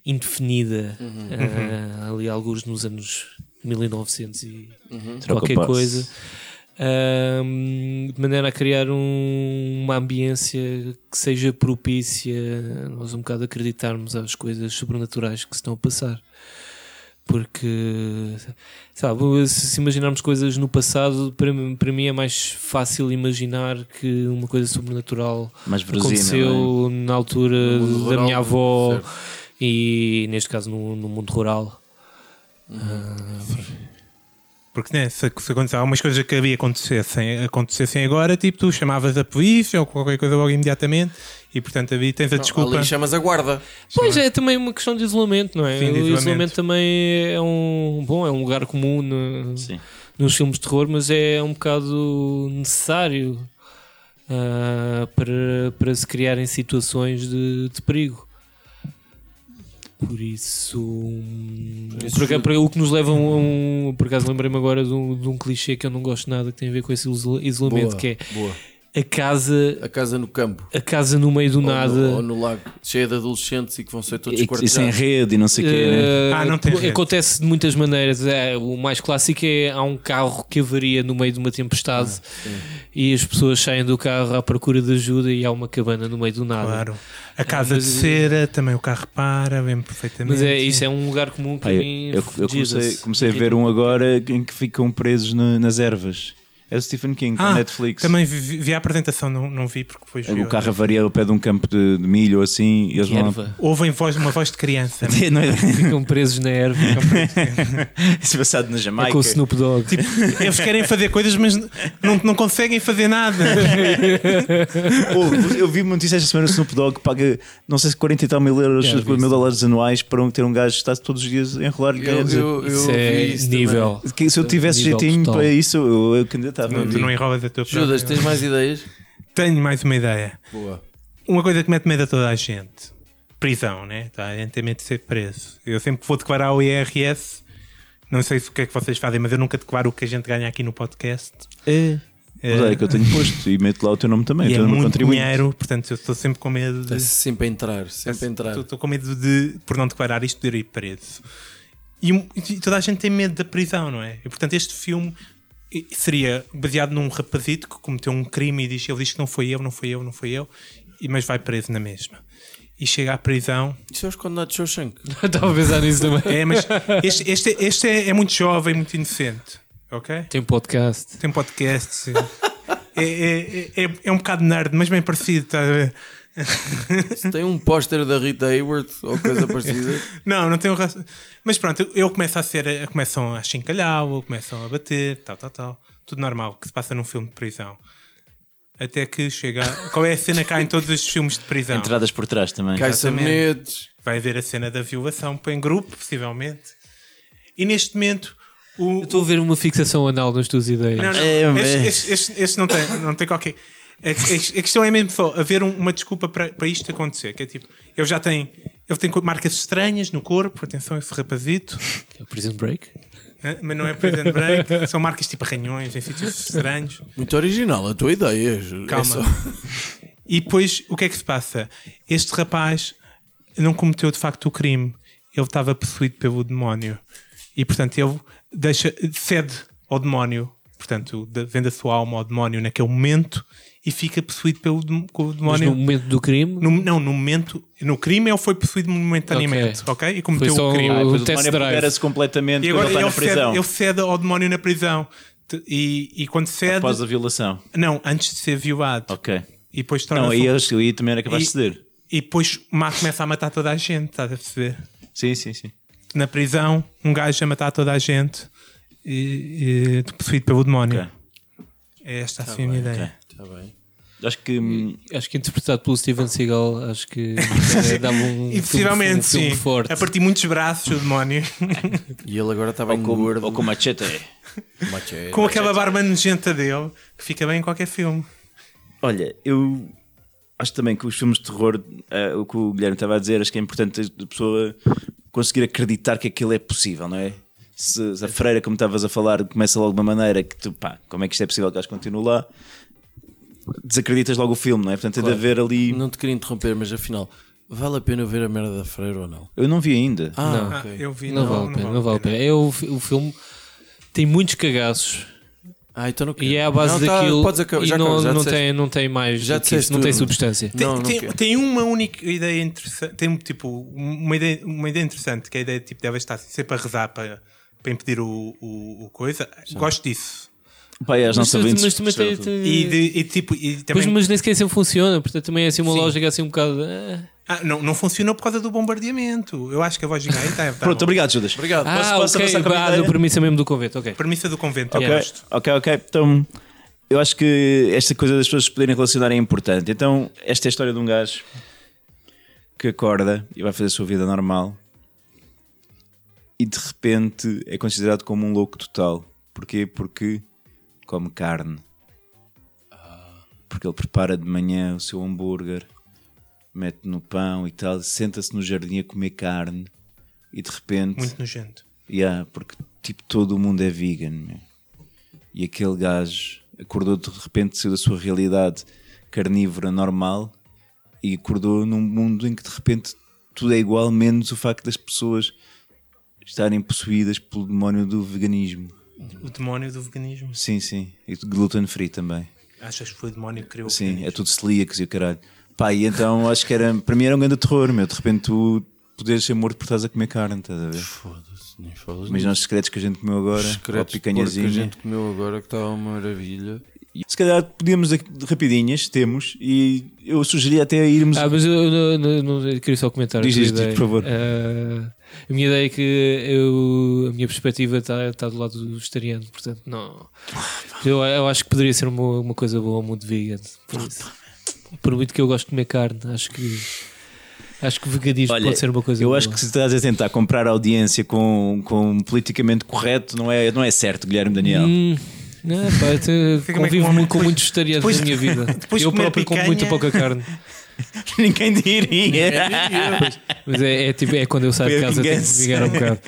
Speaker 5: indefinida, ah, ali alguns nos anos 1900 e qualquer
Speaker 2: passe.
Speaker 5: coisa. ah, de maneira a criar um- uma ambiência que seja propícia a nós um bocado acreditarmos às coisas sobrenaturais que se estão a passar porque sabe, se se imaginarmos coisas no passado, para, mim- para mim é mais fácil imaginar que uma coisa sobrenatural
Speaker 2: Mais verosímil. é?
Speaker 5: aconteceu na altura
Speaker 3: No mundo
Speaker 5: da
Speaker 3: rural,
Speaker 5: minha avó
Speaker 3: certo.
Speaker 5: e neste caso no, no mundo rural.
Speaker 4: Porque né, se, se acontecer algumas coisas que havia acontecessem, acontecessem agora, tipo, tu chamavas a polícia ou qualquer coisa logo imediatamente e portanto havia, tens a desculpa.
Speaker 3: Ali chamas a guarda.
Speaker 5: Pois é, também uma questão de isolamento, não é?
Speaker 4: Sim, de
Speaker 5: o isolamento.
Speaker 4: isolamento
Speaker 5: também é um bom, é um lugar comum no-
Speaker 2: Sim.
Speaker 5: nos filmes de terror, mas é um bocado necessário ah, para, para se criarem situações de, de perigo. Por isso, hum,
Speaker 3: isso-
Speaker 5: por acaso- por- o que nos leva a um. Por acaso lembrei-me agora de um, de um clichê que eu não gosto nada que tem a ver com esse isola- isolamento,
Speaker 3: Boa,
Speaker 5: que
Speaker 3: boa.
Speaker 5: é a casa,
Speaker 3: A casa no campo.
Speaker 5: a casa no meio do
Speaker 3: Ou no-
Speaker 5: nada.
Speaker 3: ou no lago. Cheia de adolescentes e que vão ser todos
Speaker 2: E, é e sem
Speaker 3: quartizados.
Speaker 2: rede e não sei o quê, né?
Speaker 5: Eh,
Speaker 4: Ah, não tem rede.
Speaker 5: acontece de muitas maneiras. É, o mais clássico é há um carro que avaria no meio de uma tempestade
Speaker 2: Ah,
Speaker 5: e as pessoas saem do carro à procura de ajuda e há uma cabana no meio do nada.
Speaker 4: Claro. A casa
Speaker 5: É, mas-
Speaker 4: de cera, também o carro para, vem perfeitamente.
Speaker 5: Mas é, isso é um lugar comum que
Speaker 2: Pá, eu,
Speaker 5: a mim
Speaker 2: eu- eu comecei,
Speaker 5: Jesus.
Speaker 2: comecei a ver um agora em que ficam presos na- nas ervas. É o Stephen King,
Speaker 4: Ah,
Speaker 2: na Netflix.
Speaker 4: Também vi, vi- vi a apresentação, não, não vi porque depois vi
Speaker 2: O
Speaker 4: outra.
Speaker 2: É carro avaria ao pé de um campo de, de milho ou assim. E eles vão lá-
Speaker 5: Erva.
Speaker 4: Ouvem voz, uma voz de criança. né?
Speaker 2: Não é-
Speaker 5: Ficam presos
Speaker 2: [LAUGHS]
Speaker 5: na erva.
Speaker 2: Isso é passado na
Speaker 5: É
Speaker 2: Jamaica.
Speaker 5: com o Snoop Dogg.
Speaker 4: Tipo, Eles querem fazer coisas, mas n- não, não conseguem fazer
Speaker 5: [LAUGHS]
Speaker 4: nada.
Speaker 2: Ou, eu vi uma notícia esta semana: o Snoop Dogg paga, não sei se 40 e tal mil euros,
Speaker 5: Já vi
Speaker 2: mil dólares anuais para um, ter um gajo que está todos os dias a enrolar.
Speaker 3: Eu,
Speaker 2: ganha dizer,
Speaker 3: eu, eu
Speaker 5: Isso
Speaker 3: vi
Speaker 5: é
Speaker 3: isso também.
Speaker 5: nível. [LAUGHS]
Speaker 2: que se eu tivesse
Speaker 5: nível
Speaker 2: jeitinho
Speaker 5: total.
Speaker 2: para isso, eu, eu candidatava.
Speaker 4: Não, tu não enrolas a tua
Speaker 3: Judas,
Speaker 4: própria-
Speaker 3: tens mais ideias?
Speaker 4: Tenho mais uma ideia.
Speaker 3: Boa.
Speaker 4: Uma coisa que mete medo a toda a gente: prisão, né? Toda a gente tem medo de ser preso. Eu sempre que vou declarar o IRS, não sei se o que é que vocês fazem, mas eu nunca declaro o que a gente ganha aqui no podcast.
Speaker 2: É.
Speaker 4: É.
Speaker 2: Mas olha que eu tenho posto e meto lá o teu nome também. o
Speaker 4: E é
Speaker 2: teu nome
Speaker 4: muito
Speaker 2: contribuinte.
Speaker 4: dinheiro, portanto, eu estou sempre com medo de.
Speaker 3: É sempre a entrar, sempre a entrar.
Speaker 4: Estou- Estou com medo de, por não declarar isto, de ir preso. E, um- e toda a gente tem medo da prisão, não é? E portanto, este filme eh, seria baseado num rapazito que cometeu um crime e diz, ele diz que não foi eu, não foi eu, não foi eu, e, mas vai preso na mesma. E chega à prisão.
Speaker 3: Isso é os condenados de Shawshank.
Speaker 5: Estava a pensar nisso também.
Speaker 4: É, mas este, este- este é, é muito jovem, muito inocente, ok?
Speaker 5: Tem um podcast.
Speaker 4: Tem podcasts. É, é- é- é- é um bocado nerd, mas bem parecido. estás a ver?
Speaker 3: Se tem um póster da Rita Hayward ou coisa [LAUGHS] parecida,
Speaker 4: Não, não tenho razão. Mas pronto, eu- eu começo a ser. eh, Começam a chincalhar, começam a bater, tal, tal, tal. Tudo normal, que se passa num filme de prisão. Até que chega. Qual é a cena que há em todos os filmes de prisão?
Speaker 2: Entradas por trás também.
Speaker 3: cai
Speaker 4: Exatamente.
Speaker 3: sabonetes.
Speaker 4: Vai haver a cena da violação em grupo, possivelmente. E neste momento. O,
Speaker 5: Estou a ver uma fixação anal nas tuas ideias.
Speaker 4: Não, não,
Speaker 2: É,
Speaker 4: este,
Speaker 2: é.
Speaker 4: este- este- este não tem, não tem qualquer. A, a- a questão é mesmo só haver um- uma desculpa para, para isto acontecer. Que é tipo, ele já tem. Ele tem co- marcas estranhas no corpo, atenção, esse rapazito.
Speaker 5: É o Prison Break.
Speaker 4: Hã? Mas não é Prison Break, [LAUGHS] são marcas tipo arranhões em sítios estranhos.
Speaker 3: Muito original a tua ideia. Ju-
Speaker 4: Calma.
Speaker 3: É só-
Speaker 4: E depois, o que é que se passa? Este rapaz não cometeu de facto o crime. Ele estava possuído pelo demónio. E portanto, ele deixa, cede ao demónio. Portanto, de- vende a sua alma ao demónio naquele momento e fica possuído pelo dem- com o
Speaker 5: Mas
Speaker 4: demónio.
Speaker 5: no momento do crime,
Speaker 4: No- não, no momento. No crime, ele foi possuído momentaneamente, ok? E cometeu
Speaker 5: Foi só um
Speaker 4: o crime.
Speaker 5: o-
Speaker 2: Ah, depois o
Speaker 5: test
Speaker 2: demónio
Speaker 5: drive.
Speaker 2: apodera-se completamente
Speaker 4: E
Speaker 2: quando
Speaker 4: agora
Speaker 2: ele está
Speaker 4: ele
Speaker 2: na
Speaker 4: cede,
Speaker 2: prisão.
Speaker 4: ele cede ao demónio na prisão. Te- E, e quando cede.
Speaker 2: Após a violação.
Speaker 4: Não, antes de ser violado.
Speaker 2: Ok.
Speaker 4: E depois torna
Speaker 2: Não, aí eles aí também era capaz de ceder.
Speaker 4: E depois o mar começa a matar toda a gente, estás a perceber?
Speaker 2: Sim, sim, sim.
Speaker 4: Na prisão, um gajo a matar toda a gente e, e possuído pelo demónio.
Speaker 2: Ok. Tá
Speaker 4: É esta assim a minha ideia.
Speaker 3: Está Tá bem.
Speaker 2: Acho que hum,
Speaker 5: Acho que interpretado pelo Steven Seagal, acho que eh, dava um
Speaker 4: E possivelmente,
Speaker 5: filme, um filme
Speaker 4: sim. É
Speaker 5: forte.
Speaker 4: A partir muitos braços, o demónio.
Speaker 3: E ele agora está bem
Speaker 2: ou com,
Speaker 3: gordo. é.
Speaker 2: ou com machete.
Speaker 3: machete.
Speaker 4: [LAUGHS]
Speaker 5: é
Speaker 4: com aquela barba nojenta dele, que fica bem em qualquer filme.
Speaker 2: Olha, eu acho também que os filmes de terror, eh, o que o Guilherme estava a dizer, acho que é importante a pessoa conseguir acreditar que aquilo é possível, não é? Se, se a freira, como estavas a falar, começa logo de uma maneira que tu, pá, como é que isto é possível que elas continuem lá? Desacreditas logo o filme, não é? Portanto, tem
Speaker 3: Claro.
Speaker 2: de haver ali.
Speaker 3: Não te queria interromper, mas afinal, vale a pena eu ver a merda da freira ou não?
Speaker 2: Eu não vi ainda.
Speaker 3: Ah,
Speaker 5: Não.
Speaker 3: ok.
Speaker 4: Ah, eu vi,
Speaker 5: não, vale a pena, não vale a pena. É o, fi- o filme tem muitos cagaços
Speaker 3: Ah, então não quero.
Speaker 5: e é à base
Speaker 3: Não, tá,
Speaker 5: daquilo
Speaker 3: podes acabar-
Speaker 5: e
Speaker 3: já
Speaker 5: não,
Speaker 3: acabou, já
Speaker 5: não,
Speaker 3: disseste.
Speaker 5: tem, não tem mais,
Speaker 3: Já
Speaker 5: do que
Speaker 3: disseste
Speaker 5: isso, não tem
Speaker 3: tudo.
Speaker 5: substância.
Speaker 4: Tem,
Speaker 3: Não, não
Speaker 4: tem-
Speaker 3: quero.
Speaker 4: tem uma única ideia interessante, tem tipo uma ideia, uma ideia interessante, que é a ideia de tipo, deve estar sempre a rezar para, para impedir o, o, o coisa. Gosto disso.
Speaker 2: Pá, é, as
Speaker 5: Mas,
Speaker 2: nossas
Speaker 5: mas,
Speaker 2: ouvintes
Speaker 5: mas também tem,
Speaker 2: perceberam tudo.
Speaker 5: tem-
Speaker 4: E, de- e, tipo, e
Speaker 5: Pois,
Speaker 4: também
Speaker 5: mas nem sequer sempre funciona, portanto também é assim uma
Speaker 4: Sim.
Speaker 5: lógica assim um bocado. eh.
Speaker 4: Ah, não, não funcionou por causa do bombardeamento. Eu acho que a voz de Gaia está. tá
Speaker 2: Pronto,
Speaker 4: bom.
Speaker 2: obrigado, Judas.
Speaker 3: Obrigado.
Speaker 5: Ah,
Speaker 2: posso
Speaker 5: ok,
Speaker 2: avançar com a minha
Speaker 5: ah, da
Speaker 2: ideia?
Speaker 5: premissa mesmo do convento, ok.
Speaker 4: Premissa do convento,
Speaker 2: Ok,
Speaker 4: eu gosto.
Speaker 2: ok, ok. Então, eu acho que esta coisa das pessoas se poderem relacionar é importante. Então, esta é a história de um gajo que acorda e vai fazer a sua vida normal e de repente é considerado como um louco total. Porquê? Porque come carne. Porque ele prepara de manhã o seu hambúrguer, mete no pão e tal, senta-se no jardim a comer carne e de repente.
Speaker 4: Muito nojento.
Speaker 2: Yeah, porque tipo todo o mundo é vegan. meu. E aquele gajo acordou de repente, saiu da sua realidade carnívora normal e acordou num mundo em que de repente tudo é igual, menos o facto das pessoas estarem possuídas pelo demónio do veganismo.
Speaker 4: O demónio do veganismo.
Speaker 2: Sim, sim. E do gluten free também.
Speaker 4: Achas que foi o demónio que criou o
Speaker 2: Sim,
Speaker 4: veganismo?
Speaker 2: é tudo celíacos e o caralho. Pá, e então acho que era, para mim era um grande terror, meu. De repente tu poderes ser morto por estás a comer carne, estás a ver?
Speaker 3: Foda-se, nem falas
Speaker 2: Mas os secretos que a gente comeu agora, ou a
Speaker 3: Secretos de porco que
Speaker 2: picanhazinha.
Speaker 3: a gente comeu agora que estava uma maravilha.
Speaker 2: Se calhar podíamos aqui- de rapidinhas, temos, e eu sugeria até irmos.
Speaker 5: Ah, mas eu, eu não- não- não- eu queria só comentar. a
Speaker 2: Diz
Speaker 5: tua
Speaker 2: isto,
Speaker 5: ideia.
Speaker 2: por favor.
Speaker 5: Ah, a minha ideia é que eu, a minha perspectiva está tá do lado do vegetariano, portanto, não. Eu, eu acho que poderia ser uma, uma coisa boa ao mundo vegan. Por, isso. Por muito que eu gosto de comer carne, acho que. Acho que o veganismo
Speaker 2: Olha,
Speaker 5: pode ser uma coisa
Speaker 2: eu
Speaker 5: boa.
Speaker 2: acho que se estás a tentar comprar audiência com, com um politicamente correto, não é, não é certo, Guilherme Daniel.
Speaker 5: Hum, não, pá, eu te-
Speaker 4: [LAUGHS] Fica bem
Speaker 5: convivo
Speaker 4: com o homem
Speaker 5: muito com
Speaker 4: depois-
Speaker 5: muitos vegetarianos
Speaker 4: depois-
Speaker 5: na minha vida.
Speaker 4: [LAUGHS] depois de
Speaker 5: eu
Speaker 4: comer
Speaker 5: próprio como
Speaker 4: picanha.
Speaker 5: muito pouca carne.
Speaker 2: [LAUGHS] Ninguém diria.
Speaker 5: Mas é, é tipo, é quando eu saio de
Speaker 2: Foi a
Speaker 5: casa tenho que
Speaker 2: vingança.
Speaker 5: vingar um bocado.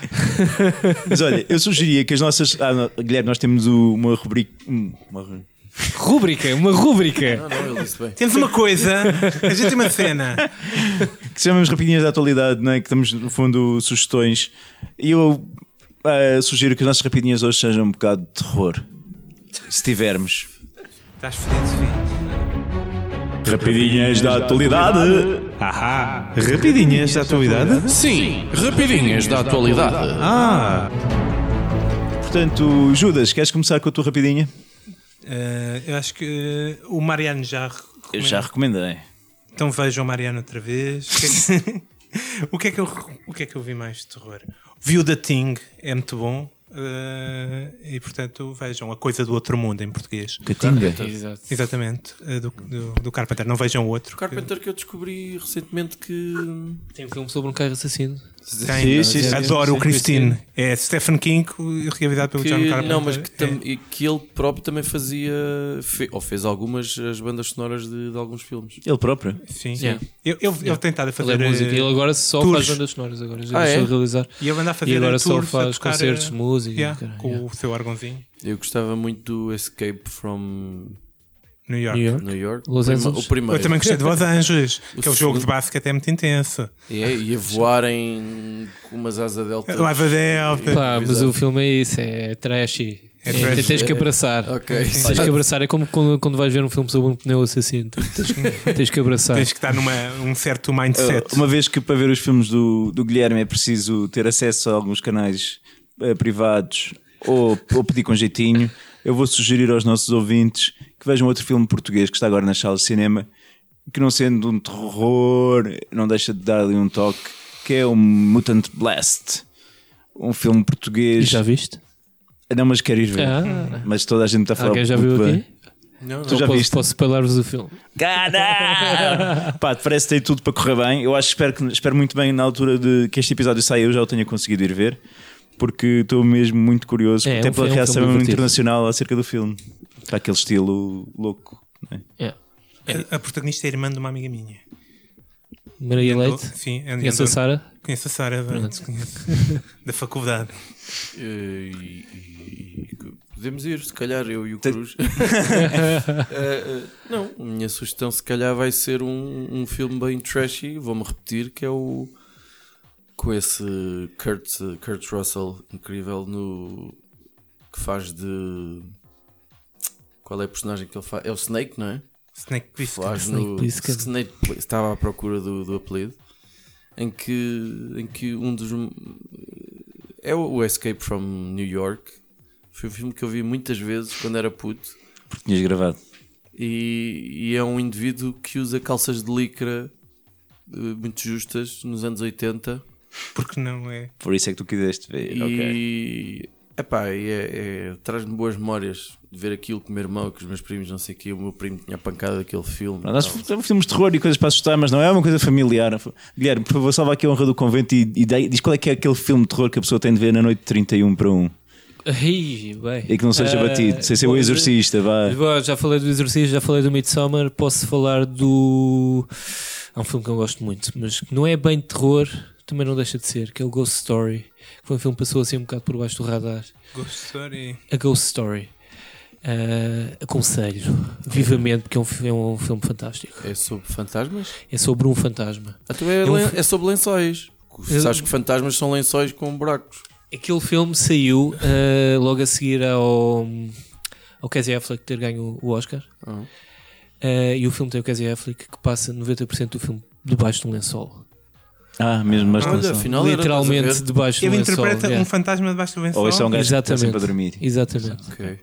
Speaker 2: Mas olha, eu sugeria que as nossas. Ah, não, Guilherme, nós temos o- uma rubrica. hum, uma ru-
Speaker 5: Rúbrica, uma
Speaker 2: [LAUGHS]
Speaker 5: rúbrica.
Speaker 3: Não, não, ele disse bem.
Speaker 4: Temos uma coisa, a gente tem uma cena.
Speaker 2: que chamamos Rapidinhas da Atualidade, não é? que temos no fundo sugestões. E eu ah, sugiro que as nossas Rapidinhas hoje sejam um bocado de terror. Se tivermos.
Speaker 4: Estás fedido, filho.
Speaker 2: Rapidinhas da Atualidade.
Speaker 4: Ahá, rapidinhas da atualidade.
Speaker 6: Sim, rapidinhas da atualidade.
Speaker 4: Ah,
Speaker 2: Portanto, Judas, queres começar com a tua rapidinha?
Speaker 4: eh, eu acho que eh, o Mariano já. recomenda.
Speaker 2: Eu já é? recomendei.
Speaker 4: Então vejam o Mariano outra vez. O que é que- o, que [LAUGHS] é que eu, o que é que eu vi mais de terror? Vi o The Thing, é muito bom. eh, e portanto vejam A Coisa do Outro Mundo em português.
Speaker 2: Catinga.
Speaker 5: Exato.
Speaker 4: Exatamente, eh, do, do, do Carpenter. Não vejam o outro.
Speaker 3: O Carpenter que eu descobri recentemente que.
Speaker 5: Tem um filme sobre um carro assassino.
Speaker 2: Sim,
Speaker 4: Tem.
Speaker 2: sim, sim.
Speaker 4: Adoro o Christine. É Stephen King, realizado pelo John
Speaker 3: que
Speaker 4: Carpenter.
Speaker 3: não, mas que,
Speaker 4: É.
Speaker 3: tam- e que ele próprio também fazia. fe- ou fez algumas as bandas sonoras de, de alguns filmes.
Speaker 2: Ele próprio.
Speaker 4: Sim.
Speaker 5: Yeah.
Speaker 4: Eu, eu, eu tentava
Speaker 5: Ele
Speaker 4: fazer.
Speaker 5: é músico.
Speaker 4: eh,
Speaker 5: E ele agora só
Speaker 4: tours.
Speaker 5: faz bandas sonoras. Agora já
Speaker 3: Ah,
Speaker 5: deixou
Speaker 3: é?
Speaker 5: de realizar.
Speaker 4: E ele anda a fazer
Speaker 5: E agora só
Speaker 4: tours a
Speaker 5: faz
Speaker 4: tocar,
Speaker 5: concertos de
Speaker 4: eh,
Speaker 5: música.
Speaker 4: yeah,
Speaker 5: caralho,
Speaker 4: com
Speaker 5: yeah.
Speaker 4: o seu argonzinho.
Speaker 3: Eu gostava muito do Escape from
Speaker 4: New York.
Speaker 5: New York.
Speaker 3: New York.
Speaker 5: Los
Speaker 3: o,
Speaker 5: Angeles.
Speaker 3: o primeiro.
Speaker 4: Eu também gostei de Los Angeles,
Speaker 3: O
Speaker 4: que é um jogo
Speaker 3: segundo-
Speaker 4: de basquete é muito intenso.
Speaker 3: É, e a voarem com umas asas delta.
Speaker 4: É Lava Delta.
Speaker 5: Pá, mas o filme é isso, é trashy.
Speaker 4: É
Speaker 5: É,
Speaker 4: trashy.
Speaker 5: Tens que abraçar.
Speaker 3: Ok.
Speaker 5: Tens que abraçar. É como quando, quando vais ver um filme sobre um pneu assassino.
Speaker 4: [LAUGHS]
Speaker 5: Tens, que- tens que abraçar.
Speaker 4: Tens que estar numa, um certo mindset.
Speaker 2: Uh, uma vez que para ver os filmes do, do Guilherme é preciso ter acesso a alguns canais eh, privados ou, ou pedir com jeitinho, eu vou sugerir aos nossos ouvintes que vejam outro filme português que está agora nas salas de cinema, que não sendo um terror, não deixa de dar ali um toque, que é o Mutant Blast. Um filme
Speaker 5: E
Speaker 2: português.
Speaker 5: já viste?
Speaker 2: Não, mas quero ir ver.
Speaker 5: Ah.
Speaker 2: Mas toda a gente está a falar.
Speaker 5: Alguém já
Speaker 2: muito
Speaker 5: viu
Speaker 2: bem.
Speaker 5: aqui?
Speaker 4: Não,
Speaker 2: Tu já
Speaker 5: posso,
Speaker 2: viste?
Speaker 5: Posso spoiler-vos o filme.
Speaker 2: Cara!
Speaker 5: [LAUGHS]
Speaker 2: Pá, parece que tem tudo para correr bem. Eu acho espero, que, espero muito bem na altura de que este episódio saia eu já o tenha conseguido ir ver. Porque estou mesmo muito curioso,
Speaker 5: É,
Speaker 2: até
Speaker 5: é um-
Speaker 2: pela
Speaker 5: é um
Speaker 2: reação
Speaker 5: filme divertido.
Speaker 2: internacional acerca do filme. Está aquele estilo louco. né?
Speaker 5: É.
Speaker 4: A, a protagonista é irmã de uma amiga minha.
Speaker 5: Maria
Speaker 4: Andou-
Speaker 5: Leite.
Speaker 4: Sim, é and-
Speaker 5: Conhece a
Speaker 4: andou-
Speaker 5: Sara?
Speaker 4: Conheço a Sara da,
Speaker 5: [LAUGHS]
Speaker 4: conheço. da faculdade.
Speaker 3: Eh, e- e- e- podemos ir, se calhar, eu e o Cruz. [LAUGHS] Eh, eh, não, a minha sugestão, se calhar, vai ser um, um filme bem trashy. Vou-me repetir que é o. Com esse Kurt, Kurt Russell incrível no. que faz de. Qual é a personagem que ele faz? É o Snake, não é?
Speaker 4: Snake Plissken.
Speaker 3: Faz
Speaker 5: Snake
Speaker 3: no
Speaker 5: Plissken.
Speaker 3: Snake Pli- estava à procura do, do apelido em que, em que um dos é o o Escape from New York foi um filme que eu vi muitas vezes quando era puto
Speaker 2: Porque tinhas gravado.
Speaker 3: e, e é um indivíduo que usa calças de licra eh, muito justas nos anos 80
Speaker 4: Porque não é.
Speaker 2: Por isso é que tu quiseste ver. ok.
Speaker 3: E epá, e é, é- traz-me boas memórias de ver aquilo com o meu irmão, com os meus primos, não sei o quê. O meu primo tinha pancada daquele filme.
Speaker 2: Pronto, Nós filmes de terror e coisas para assustar, mas não é uma coisa familiar. Guilherme, por favor, salva aqui a honra do convento e, e dá- diz qual é que é aquele filme de terror que a pessoa tem de ver na noite de 31 para 1.
Speaker 5: Ai, bem.
Speaker 2: E que não seja
Speaker 5: Ah,
Speaker 2: batido, sem ser um o
Speaker 5: pois, eh,
Speaker 2: exorcista, vá.
Speaker 5: Bom, já falei do Exorcismo, já falei do Midsommar, posso falar do. Há um filme que eu gosto muito, mas que não é bem terror, também não deixa de ser, que é o Ghost Story, que foi um filme que passou assim um bocado por baixo do radar.
Speaker 4: Ghost Story.
Speaker 5: A Ghost Story. Ah, aconselho vivamente, porque é um, fi- é um filme fantástico.
Speaker 3: É sobre fantasmas?
Speaker 5: É sobre um fantasma.
Speaker 3: Ah, tu é,
Speaker 5: um
Speaker 3: len-
Speaker 5: fi-
Speaker 3: é sobre lençóis. Sabes que fantasmas são lençóis com buracos.
Speaker 5: Aquele filme saiu ah, logo a seguir ao, ao Casey Affleck ter ganho o Oscar.
Speaker 3: Ah.
Speaker 5: Ah, e o filme tem o Casey Affleck que passa 90% do filme debaixo de um lençol.
Speaker 2: Ah, mesmo, mas
Speaker 3: Olha,
Speaker 2: não são.
Speaker 3: afinal era-
Speaker 5: Literalmente
Speaker 3: estás a ver?
Speaker 5: debaixo de um
Speaker 4: Ele
Speaker 5: lençol.
Speaker 4: interpreta
Speaker 5: yeah.
Speaker 4: um fantasma debaixo do lençol.
Speaker 2: Ou isso é um gajo que está
Speaker 5: Exatamente.
Speaker 2: sempre a dormir.
Speaker 5: Exatamente.
Speaker 3: Ok.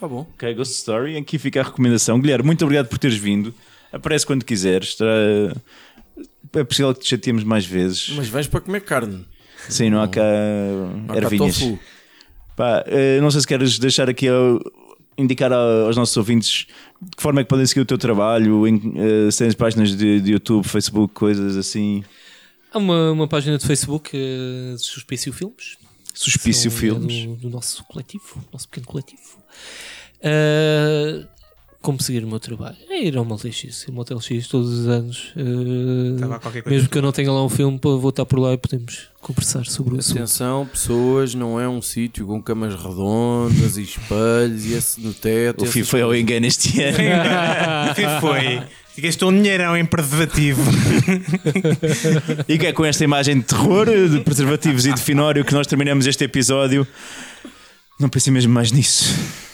Speaker 3: Tá bom.
Speaker 2: Ok, Ghost Story, aqui fica a recomendação. Guilherme, muito obrigado por teres vindo. Aparece quando quiseres. Terá- É possível que te chateemos mais vezes.
Speaker 3: Mas vais para comer carne.
Speaker 2: Sim, não há cá
Speaker 3: Há cá
Speaker 2: ervinhas.
Speaker 3: tofu.
Speaker 2: Pá, eh, não sei se queres deixar aqui ao- indicar a- aos nossos ouvintes de que forma é que podem seguir o teu trabalho, em, eh, se tens páginas de, de YouTube, Facebook, coisas assim.
Speaker 5: Há uma, uma página de Facebook eh, de Suspício Filmes.
Speaker 2: Suspício
Speaker 5: São, é,
Speaker 2: Filmes.
Speaker 5: Do, do nosso coletivo, nosso pequeno coletivo. Eh, como seguir o meu trabalho? É ir ao Motel X. O Motel X todos os anos. eh,
Speaker 4: Estava a qualquer coisa. [LAUGHS]
Speaker 5: mesmo que eu não tenha lá um filme, pô, vou estar por lá e podemos conversar sobre o assunto.
Speaker 3: Atenção, pessoas, não é um sítio com camas redondas e espelhos e esse no teto.
Speaker 2: O
Speaker 3: esse-
Speaker 2: FII foi ao engano este ano.
Speaker 4: E foi. Gastou um dinheirão em preservativo.
Speaker 2: E que é com esta imagem de terror, de preservativos e de finório que nós terminamos este episódio. Não pensei mesmo mais nisso.